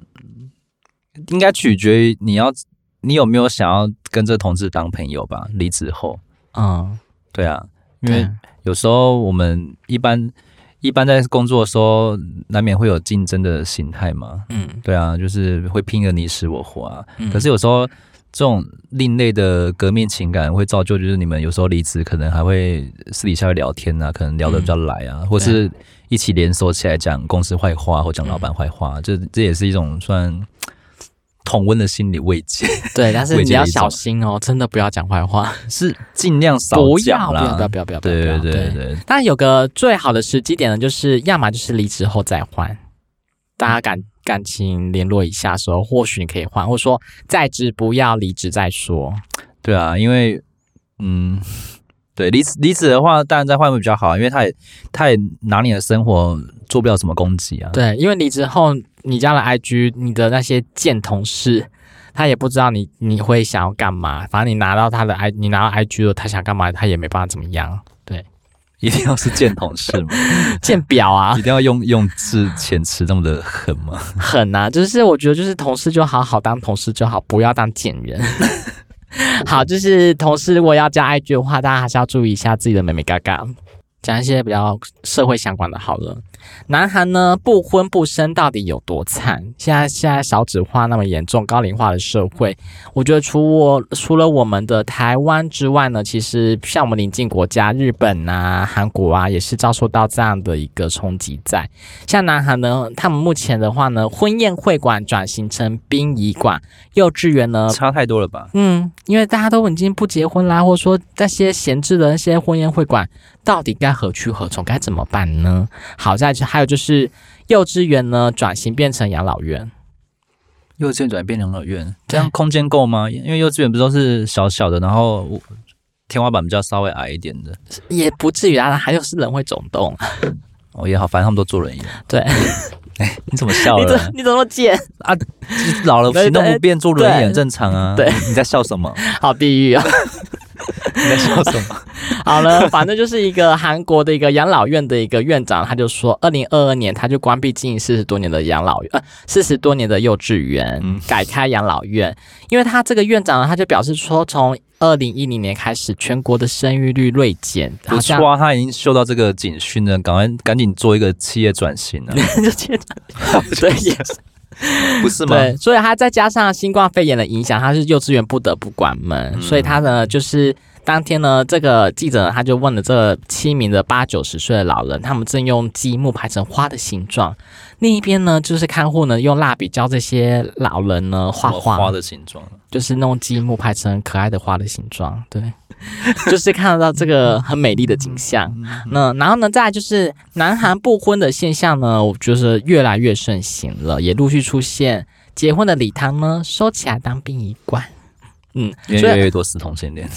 S1: 应该取决于你要你有没有想要跟这同志当朋友吧。离职后，
S2: 嗯，
S1: 对啊，因
S2: 对
S1: 为有时候我们一般一般在工作的时候，难免会有竞争的形态嘛。
S2: 嗯，
S1: 对啊，就是会拼个你死我活啊。
S2: 嗯
S1: 可是有时候这种另类的革命情感会造就，就是你们有时候离职可能还会私底下会聊天啊，可能
S2: 嗯
S1: 聊得比较来啊，或是一起联手起来讲公司坏话或讲老板坏
S2: 嗯
S1: 话，这、这也是一种算同温的心理慰 藉，
S2: 对，但是
S1: 慰
S2: 你
S1: 藉
S2: 要
S1: 一种
S2: 小心哦，真的不要讲坏 话，
S1: 是尽量少
S2: 不要
S1: 讲
S2: 不要不
S1: 啦。
S2: 要不要不要，不要
S1: 对对
S2: 不要
S1: 对对，
S2: 但有个最好的时机点呢，就是要么就是离职后再换，大家感感情联络一下的时候，或许你可以换，或者说在职不要离职再说。
S1: 对啊，因为嗯。对离职离职的话，当然再换会比较好，因为他也他也拿你的生活做不了什么攻击啊。
S2: 对，因为离职后你加了 IG，你的那些贱同事。他也不知道你你会想要干嘛，反正你拿到他的 i，你拿到 IG 了，他想干嘛，他也没办法怎么 样。
S1: 一定要是见同事 嘛。
S2: 见表啊
S1: 一，定要用用字遣词那么的狠吗？
S2: 狠啊！就是我觉得就是同事就好好当同事就好，不要当贱人。好，就是同事如果要加 IG 的话，大家还是要注意一下自己的美美嘎嘎。讲一些比较社会相关的好了。南韩呢，不婚不生到底有多惨？现在现在少子化那么严重，高龄化的社会，我觉得除我除了我们的台湾之外呢，其实像我们邻近国家日本啊、韩国啊，也是遭受到这样的一个冲击在。像南韩呢，他们目前的话呢，婚宴会馆转型成殡仪馆，幼稚园呢。
S1: 啊差太多了吧？
S2: 嗯，因为大家都已经不结婚啦，或者说那些闲置的那些婚宴会馆，到底该何去何从，该怎么办呢？好在还有就是幼稚园呢啊转型变成养老院，
S1: 幼稚园转变养老院，
S2: 对
S1: 这样空间够吗？因为幼稚园不都是小小的，然后天花板比较稍微矮一点的。
S2: 也不至于啊，还有是人会走动。啊
S1: 哦，也好，反正他们都坐轮椅。 哎
S2: 对，
S1: 你怎么笑
S2: 你
S1: 了
S2: 怎？你怎么贱？
S1: 就是老了行动不便，坐轮椅很正常啊。
S2: 对，
S1: 你在笑什么？
S2: 好地狱啊！
S1: 你在笑什么？
S2: 好了， 反正就是一个韩国的一个养老院的一个院长，他就说，二零二二年他就关闭经营四十多年的养老院，呃，四十多年的幼稚园，
S1: 嗯
S2: 改开养老院，因为他这个院长呢，他就表示说，从二零一零年开始，全国的生育率锐减，好
S1: 不
S2: 像
S1: 错啊，他已经嗅到这个警讯了，赶快赶紧做一个企业转 型啊，
S2: 就觉得对也
S1: 不是吗？
S2: 对，所以他再加上新冠肺炎的影响，他是幼稚园不得不关门，
S1: 嗯
S2: 所以他呢就是当天呢，这个记者呢他就问了这七名的八九十岁的老人，他们正用积木排成花的形状。另一边呢，就是看护呢用蜡笔教这些老人呢画画，
S1: 花的形状，
S2: 就是弄积木排成可爱的花的形状，对， 就是看得到这个很美丽的景象。那然后呢，再来就是南韩不婚的现象呢，我就是越来越盛行了，也陆续出现结婚的礼堂呢收起来当殡仪馆。嗯，
S1: 因为
S2: 所
S1: 越
S2: 以
S1: 来越多死同性恋，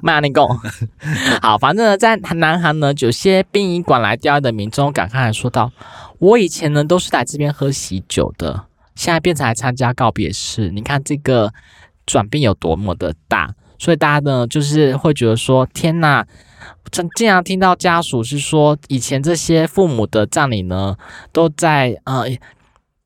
S2: 骂你讲。 好，反正呢，在南韩呢，有些殡仪馆来钓鱼的民众感慨还说道：“我以前呢都是来这边喝喜酒的，现在变成来参加告别式。你看这个转变有多么的大。”所以大家呢，就是会觉得说：“天呐！”经经常听到家属是说，以前这些父母的葬礼呢，都在呃，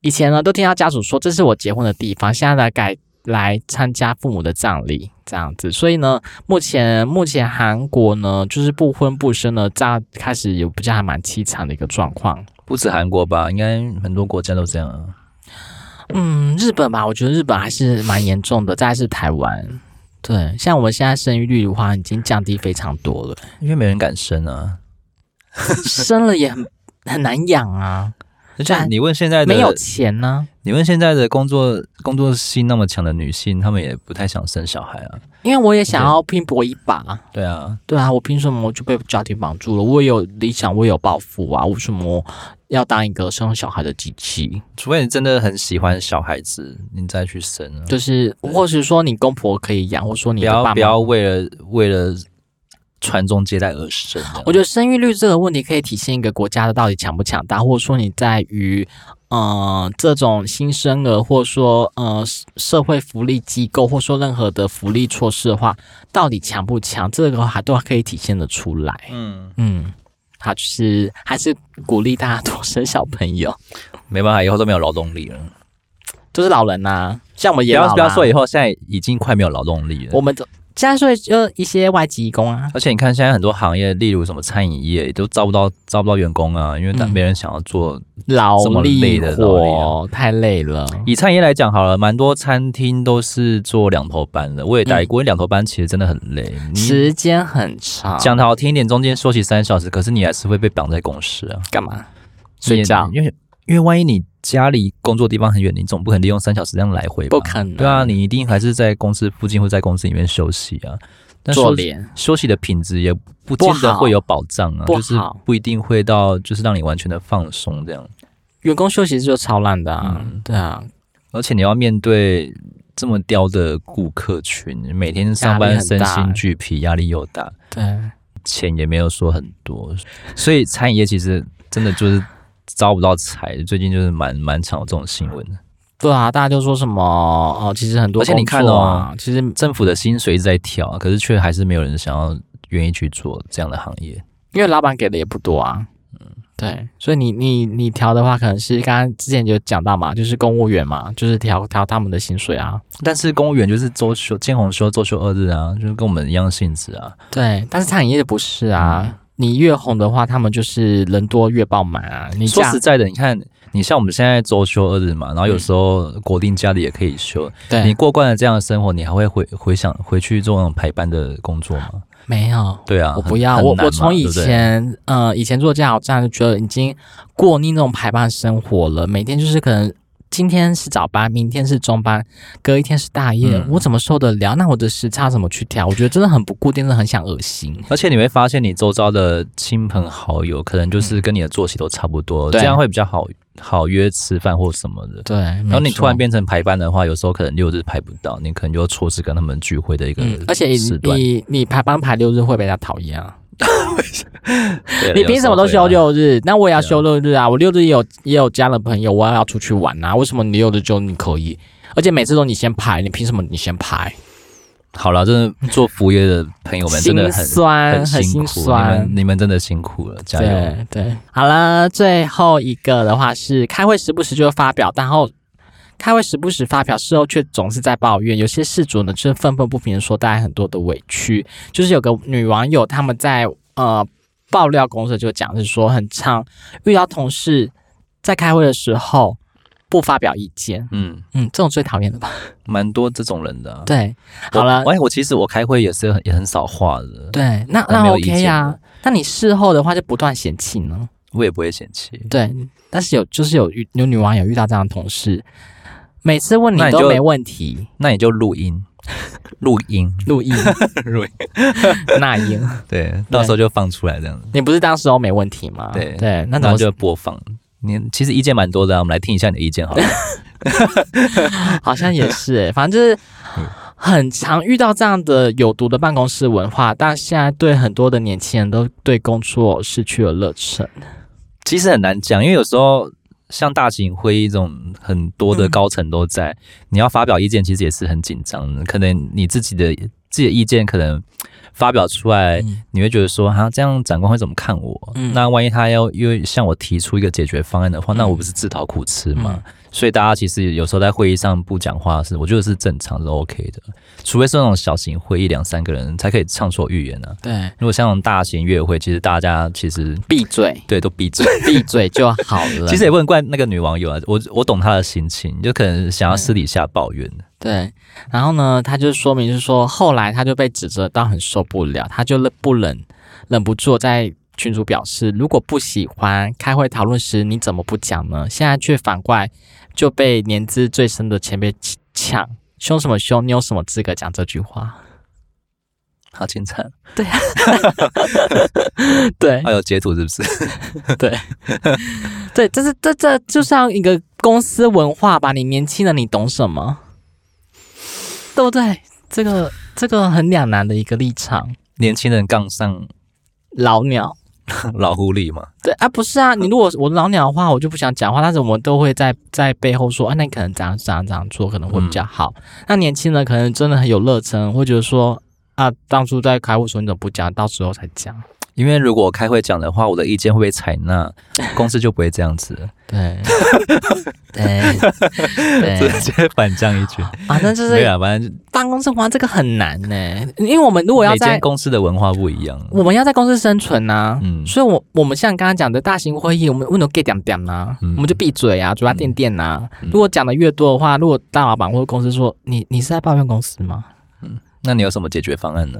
S2: 以前呢都听到家属说这是我结婚的地方，现在来改来参加父母的葬礼这样子。所以呢，目前目前韩国呢，就是不婚不生呢，这样开始有比较还蛮凄惨的一个状况。
S1: 不止韩国吧，应该很多国家都这样啊。
S2: 嗯，日本吧，我觉得日本还是蛮严重的，再来是台湾。对，像我们现在生育率的话，已经降低非常 多了，
S1: 因为没人敢生啊。
S2: 生了也很很难养啊，
S1: 而且你问现在的
S2: 没有钱呢、
S1: 你问现在的工作工作性那么强的女性，她们也不太想生小孩啊。
S2: 因为我也想要拼搏一把，
S1: 对啊，
S2: 对啊，我凭什么我就被家庭绑住了？我也有理想，我也有抱负啊，为什么要当一个生小孩的机器？
S1: 除非你真的很喜欢小孩子，你再去生啊。
S2: 就是，或是说你公婆可以养，或说你
S1: 不
S2: 的爸
S1: 要不
S2: 妈
S1: 要为了为了传宗接代而生啊这样。
S2: 我觉得生育率这个问题可以体现一个国家的到底强不强大，或者说你在于，呃，这种新生儿，或者说呃社会福利机构，或者说任何的福利措施的话，到底强不强，这个还都可以体现的出来。
S1: 嗯，
S2: 嗯，好，就是还是鼓励大家多生小朋友，
S1: 没办法，以后都没有劳动力了。
S2: 就是老人呐、像我们
S1: 不
S2: 也老
S1: 要
S2: 啦
S1: 不要说以后，现在已经快没有劳动力
S2: 我
S1: 了。
S2: 们都现在说就一些外籍移工啊，
S1: 而且你看，现在很多行业，例如什么餐饮业，也都招不到招不到员工啊，因为大
S2: 嗯
S1: 没人想要做。
S2: 劳
S1: 这么累
S2: 力
S1: 的劳力啊
S2: 活太累了，
S1: 以餐饮业来讲好了，蛮多餐厅都是做两头班的，我也待
S2: 嗯
S1: 过，因为两头班其实真的很累。你
S2: 时间很长，
S1: 讲的好听一点，中间休息三小时，可是你还是会被绑在公司啊，
S2: 干嘛？睡觉
S1: 你也因为因为万一你家离工作地方很远，你总不可能利用三小时这样来回吧？
S2: 不可能
S1: 对啊，你一定还是在公司附近或在公司里面休息啊。但
S2: 做
S1: 休
S2: 脸，
S1: 休息的品质也不见
S2: 不
S1: 得
S2: 好
S1: 会有保障啊，
S2: 不好
S1: 就是不一定会到就是让你完全的放松这样，
S2: 员工休息就超烂的啊，
S1: 嗯
S2: 对啊，
S1: 而且你要面对。这么刁的顾客群，每天上
S2: 压力
S1: 班
S2: 很
S1: 身
S2: 大
S1: 心俱疲，压力又大，
S2: 对，
S1: 钱也没有说很多，所以餐饮业其实真的就是招不到财。最近就是蛮蛮常有这种新闻的，
S2: 对啊，大家就说什么哦，其实很多
S1: 而且你哦
S2: 工作啊，其实
S1: 政府的薪水一直在调啊，可是却还是没有人想要愿意去做这样的行业。
S2: 因为老板给的也不多啊，嗯，对，所以你你你调的话，可能是刚刚之前就讲到嘛，就是公务员嘛，就是调调他们的薪水啊，
S1: 但是公务员就是周休、见红休、周休二日啊，就是跟我们一样性质啊。
S2: 对，但是餐饮业不是
S1: 嗯
S2: 啊，你越红的话，他们就是人多越爆满啊，你这
S1: 说
S2: 样
S1: 实在的，你看，你像我们现在周休二日嘛，然后有时候国定假日也可以休。你
S2: 对
S1: 过惯了这样的生活，你还会回回想回去做那种排班的工作吗？
S2: 没有。
S1: 对啊，
S2: 我
S1: 很
S2: 不要，
S1: 很
S2: 我
S1: 难
S2: 我
S1: 嘛
S2: 从以
S1: 对不对
S2: 前，呃，以前做加油站就觉得已经过腻那种排班生活了，每天就是可能今天是早班，明天是中班，隔一天是大夜，
S1: 嗯
S2: 我怎么受得了？那我的时差怎么去调？我觉得真的很不固定，真的很想恶心。
S1: 而且你会发现，你周遭的亲朋好友可能就是跟你的作息都差不多，
S2: 对
S1: 这样会比较好好约吃饭或什么的。
S2: 对，然
S1: 然后你突然变成排班的话，有时候可能六日排不到，你可能就要错失跟他们聚会的一个
S2: 嗯，而且
S1: 时
S2: 你
S1: 段。
S2: 你你排班排六日会被人家讨厌啊！
S1: 对
S2: 你凭什么都休？六日？那我也要
S1: 啊对啊
S2: 休六日啊！我六日也有也有家人朋友，我也要出去玩啊！为什么你六日就你可以？而且每次都你先排，你凭什么你先排？
S1: 好了，真的做服务业的朋友们真的
S2: 心
S1: 很
S2: 酸，很
S1: 辛
S2: 心
S1: 苦，
S2: 酸
S1: 你。们你们真的辛苦了，加油！
S2: 对对，好了，最后一个的话是开会时不时就发表，然后开会时不时发表，事后却总是在抱怨。有些事主呢，就是愤愤不平的说带来很多的委屈。就是有个女网友，他们在呃爆料公社就讲是说，很常遇到同事在开会的时候不发表意见。
S1: 嗯，
S2: 嗯，这种最讨厌了吧？
S1: 蛮多这种人的啊、
S2: 对，
S1: 我
S2: 好了，
S1: 哎，我其实我开会也是很也很少话的，
S2: 对，那
S1: 那没
S2: 那
S1: 有意见
S2: OK 呀、
S1: 了
S2: 啊那你事后的话就不断嫌弃呢？
S1: 我也不会嫌弃。
S2: 对，但是有就是有遇有女网友遇到这样的同事，每次问你
S1: 那你
S2: 都
S1: 就
S2: 没问题，
S1: 那你就录音，录音，
S2: 录音
S1: 录音，
S2: 那英，
S1: 对，到时候就放出来这样子，
S2: 你不是当时都没问题吗？
S1: 对
S2: 对，那
S1: 然
S2: 怎么
S1: 后就播放。你其实意见蛮多的、啊，我们来听一下你的意见好了。
S2: 好像也是、 欸，反正就是很常遇到这样的有毒的办公室文化，但现在对很多的年轻人都对工作失去了热忱。
S1: 其实很难讲，因为有时候像大型会议这种很多
S2: 嗯
S1: 的高层都在，你要发表意见，其实也是很紧张的。可能你自己的自己的意见可能发表出来，
S2: 嗯
S1: 你会觉得说，哈，这样长官会怎么看我？
S2: 嗯
S1: 那万一他要又向我提出一个解决方案的话，
S2: 嗯
S1: 那我不是自讨苦吃吗？所以大家其实有时候在会议上不讲话是，我觉得是正常是 OK 的，除非是那种小型会议两三个人才可以畅所欲言啊。
S2: 对，
S1: 如果像那种大型月会，其实大家其实
S2: 闭嘴，
S1: 对都闭嘴。
S2: 闭嘴就好了。
S1: 其实也不能怪那个女网友啊，我我懂她的心情，就可能想要私底下抱怨。
S2: 对，然后呢，他就说明是说，后来他就被指责到很受不了，他就忍不忍忍不住在群主表示，如果不喜欢开会讨论时你怎么不讲呢？现在却反过来就被年资最深的前辈抢，凶什么凶？你有什么资格讲这句话？
S1: 好精彩！
S2: 对
S1: 哎还有截图是 不是？
S2: 对，这是这这就像一个公司文化吧，你年轻人你懂什么？对不对？这个这个很两难的一个立场，
S1: 年轻人杠上
S2: 老鸟。
S1: 老狐狸嘛？
S2: 对啊，不是啊，你如果我老鸟的话，我就不想讲话，但是我们都会在在背后说，啊，那你可能怎样怎样怎样做可能会比较好。那年轻人可能真的很有热忱，会觉得说，啊，当初在开会的时候你怎么不讲，到时候才讲。
S1: 因为如果我开会讲的话，我的意见会被采 纳，公司就不会这样子了，
S2: 对，对，对，
S1: 直接反将一军。
S2: 反正 就
S1: 对
S2: 是
S1: 啊，反正
S2: 办公室玩这个很难呢、因为我们如果要
S1: 每间
S2: 在
S1: 公司的文化不一样。啊
S2: 我们要在公司生存啊呐、
S1: 嗯
S2: 所以我我们像刚刚讲的大型会议，我们问都 get 点点呐，
S1: 嗯
S2: 我们就闭嘴啊，嘴巴垫垫呐。
S1: 嗯
S2: 如果讲的越多的话，如果大老板或者公司说你你是在抱怨公司吗？
S1: 那你有什么解决方案呢？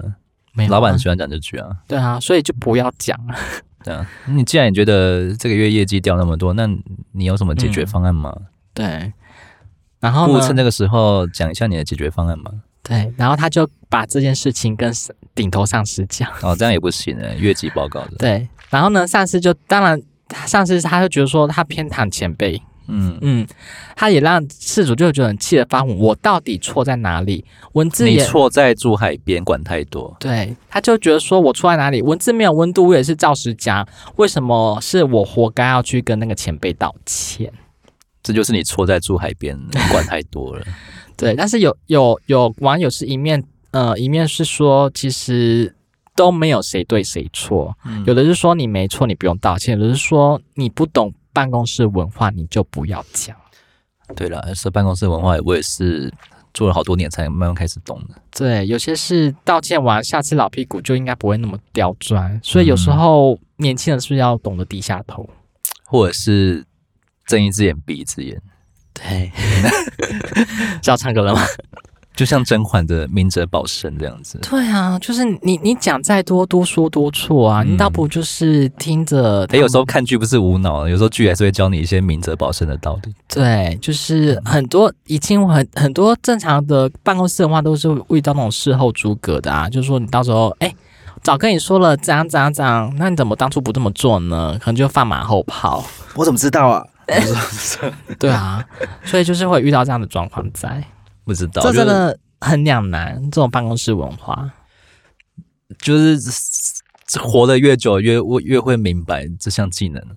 S2: 没有啊
S1: 老板喜欢讲这句啊，
S2: 对啊，所以就不要讲啊。
S1: 对啊。你既然你觉得这个月业绩掉那么多，那你有什么解决方案吗？
S2: 嗯对，然后
S1: 不如
S2: 呢
S1: 趁？这个时候讲一下你的解决方案嘛。
S2: 对，然后他就把这件事情跟顶头上司讲。
S1: 哦，这样也不行哎、越级报告的。
S2: 对，然后呢，上司就当然。上司他就觉得说他偏袒前辈，
S1: 嗯，
S2: 嗯，他也让事主就觉得很气得发火，我到底错在哪里？文字
S1: 你
S2: 也
S1: 错在住海边，管太多。
S2: 对，他就觉得说我错在哪里，文字没有温度，我也是照实讲，为什么是我活该要去跟那个前辈道歉？
S1: 这就是你错在住海边，你管太多了。
S2: 对，但是有有有网友是一面呃一面是说，其实都没有谁对谁错，
S1: 嗯
S2: 有的是说你没错，你不用道歉；有的是说你不懂办公室文化，你就不要讲。
S1: 对了，是办公室文化，我也是做了好多年才慢慢开始懂的。
S2: 对，有些是道歉完，下次老屁股就应该不会那么刁钻，所以有时候年轻人是不是要懂得低下头？
S1: 或者是睁一只眼闭一只眼，
S2: 对，是 要唱歌了吗？
S1: 就像甄嬛的明哲保身这样子。
S2: 对啊，就是你你讲再多多说多错啊，你
S1: 嗯
S2: 倒不如就是听着他
S1: 哎，
S2: 们。
S1: 有时候看剧不是无脑，啊有时候剧还是会教你一些明哲保身的道理。
S2: 对，就是很多已经很很多正常的办公室的话，都是会遇到那种事后诸葛的啊，就是说你到时候哎。早跟你说了，怎样怎样怎样，那你怎么当初不这么做呢？可能就放马后炮。
S1: 我怎么知道啊？
S2: 对啊，所以就是会遇到这样的状况在，
S1: 不知道，
S2: 这
S1: 就
S2: 真
S1: 是
S2: 的很两难。这种办公室文化，
S1: 就是活得越久，越越会明白这项技能，啊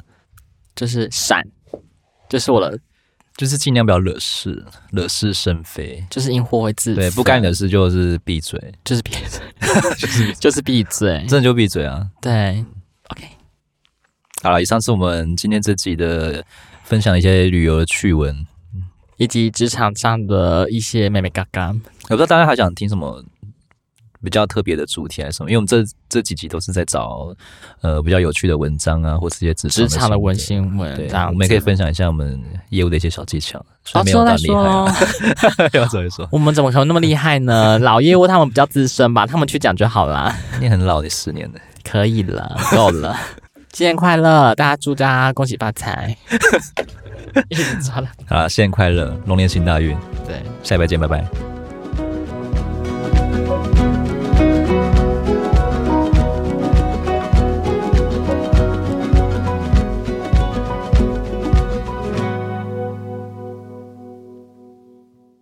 S2: 就是闪，就是我的，
S1: 就是尽量不要惹事，惹是生非。
S2: 就是因祸会自
S1: 对，不
S2: 该。
S1: 干你的事就是闭嘴，
S2: 就是闭嘴， 就是就是闭嘴。
S1: 真的就闭嘴啊！
S2: 对，OK，
S1: 好了，以上是我们今天这集的分享一些旅游的趣闻，
S2: 以及职场上的一些妹妹嘎嘎，
S1: 我不知道大家还想听什么比较特别的主题还是什么？因为我们这这几集都是在找呃比较有趣的文章啊，或是一些职
S2: 职场的文
S1: 心
S2: 新闻
S1: 得。对
S2: 这，样
S1: 我
S2: 子
S1: 们也可以分享一下我们业务的一些小技巧，虽
S2: 好
S1: 然没有
S2: 说
S1: 到
S2: 再
S1: 厉
S2: 说
S1: 害
S2: 哦
S1: 啊，。 要怎么说？
S2: 我们怎么可能那么厉害 呢？老业务他们比较资深吧，他们去讲就好啦。
S1: 你很老，你十年了，
S2: 可以了，够 了。新年快乐，大家祝大家恭喜发财。 一直抓了，
S1: 好啦，新年快乐，龙年行大运，
S2: 对。
S1: 下礼拜见，拜拜。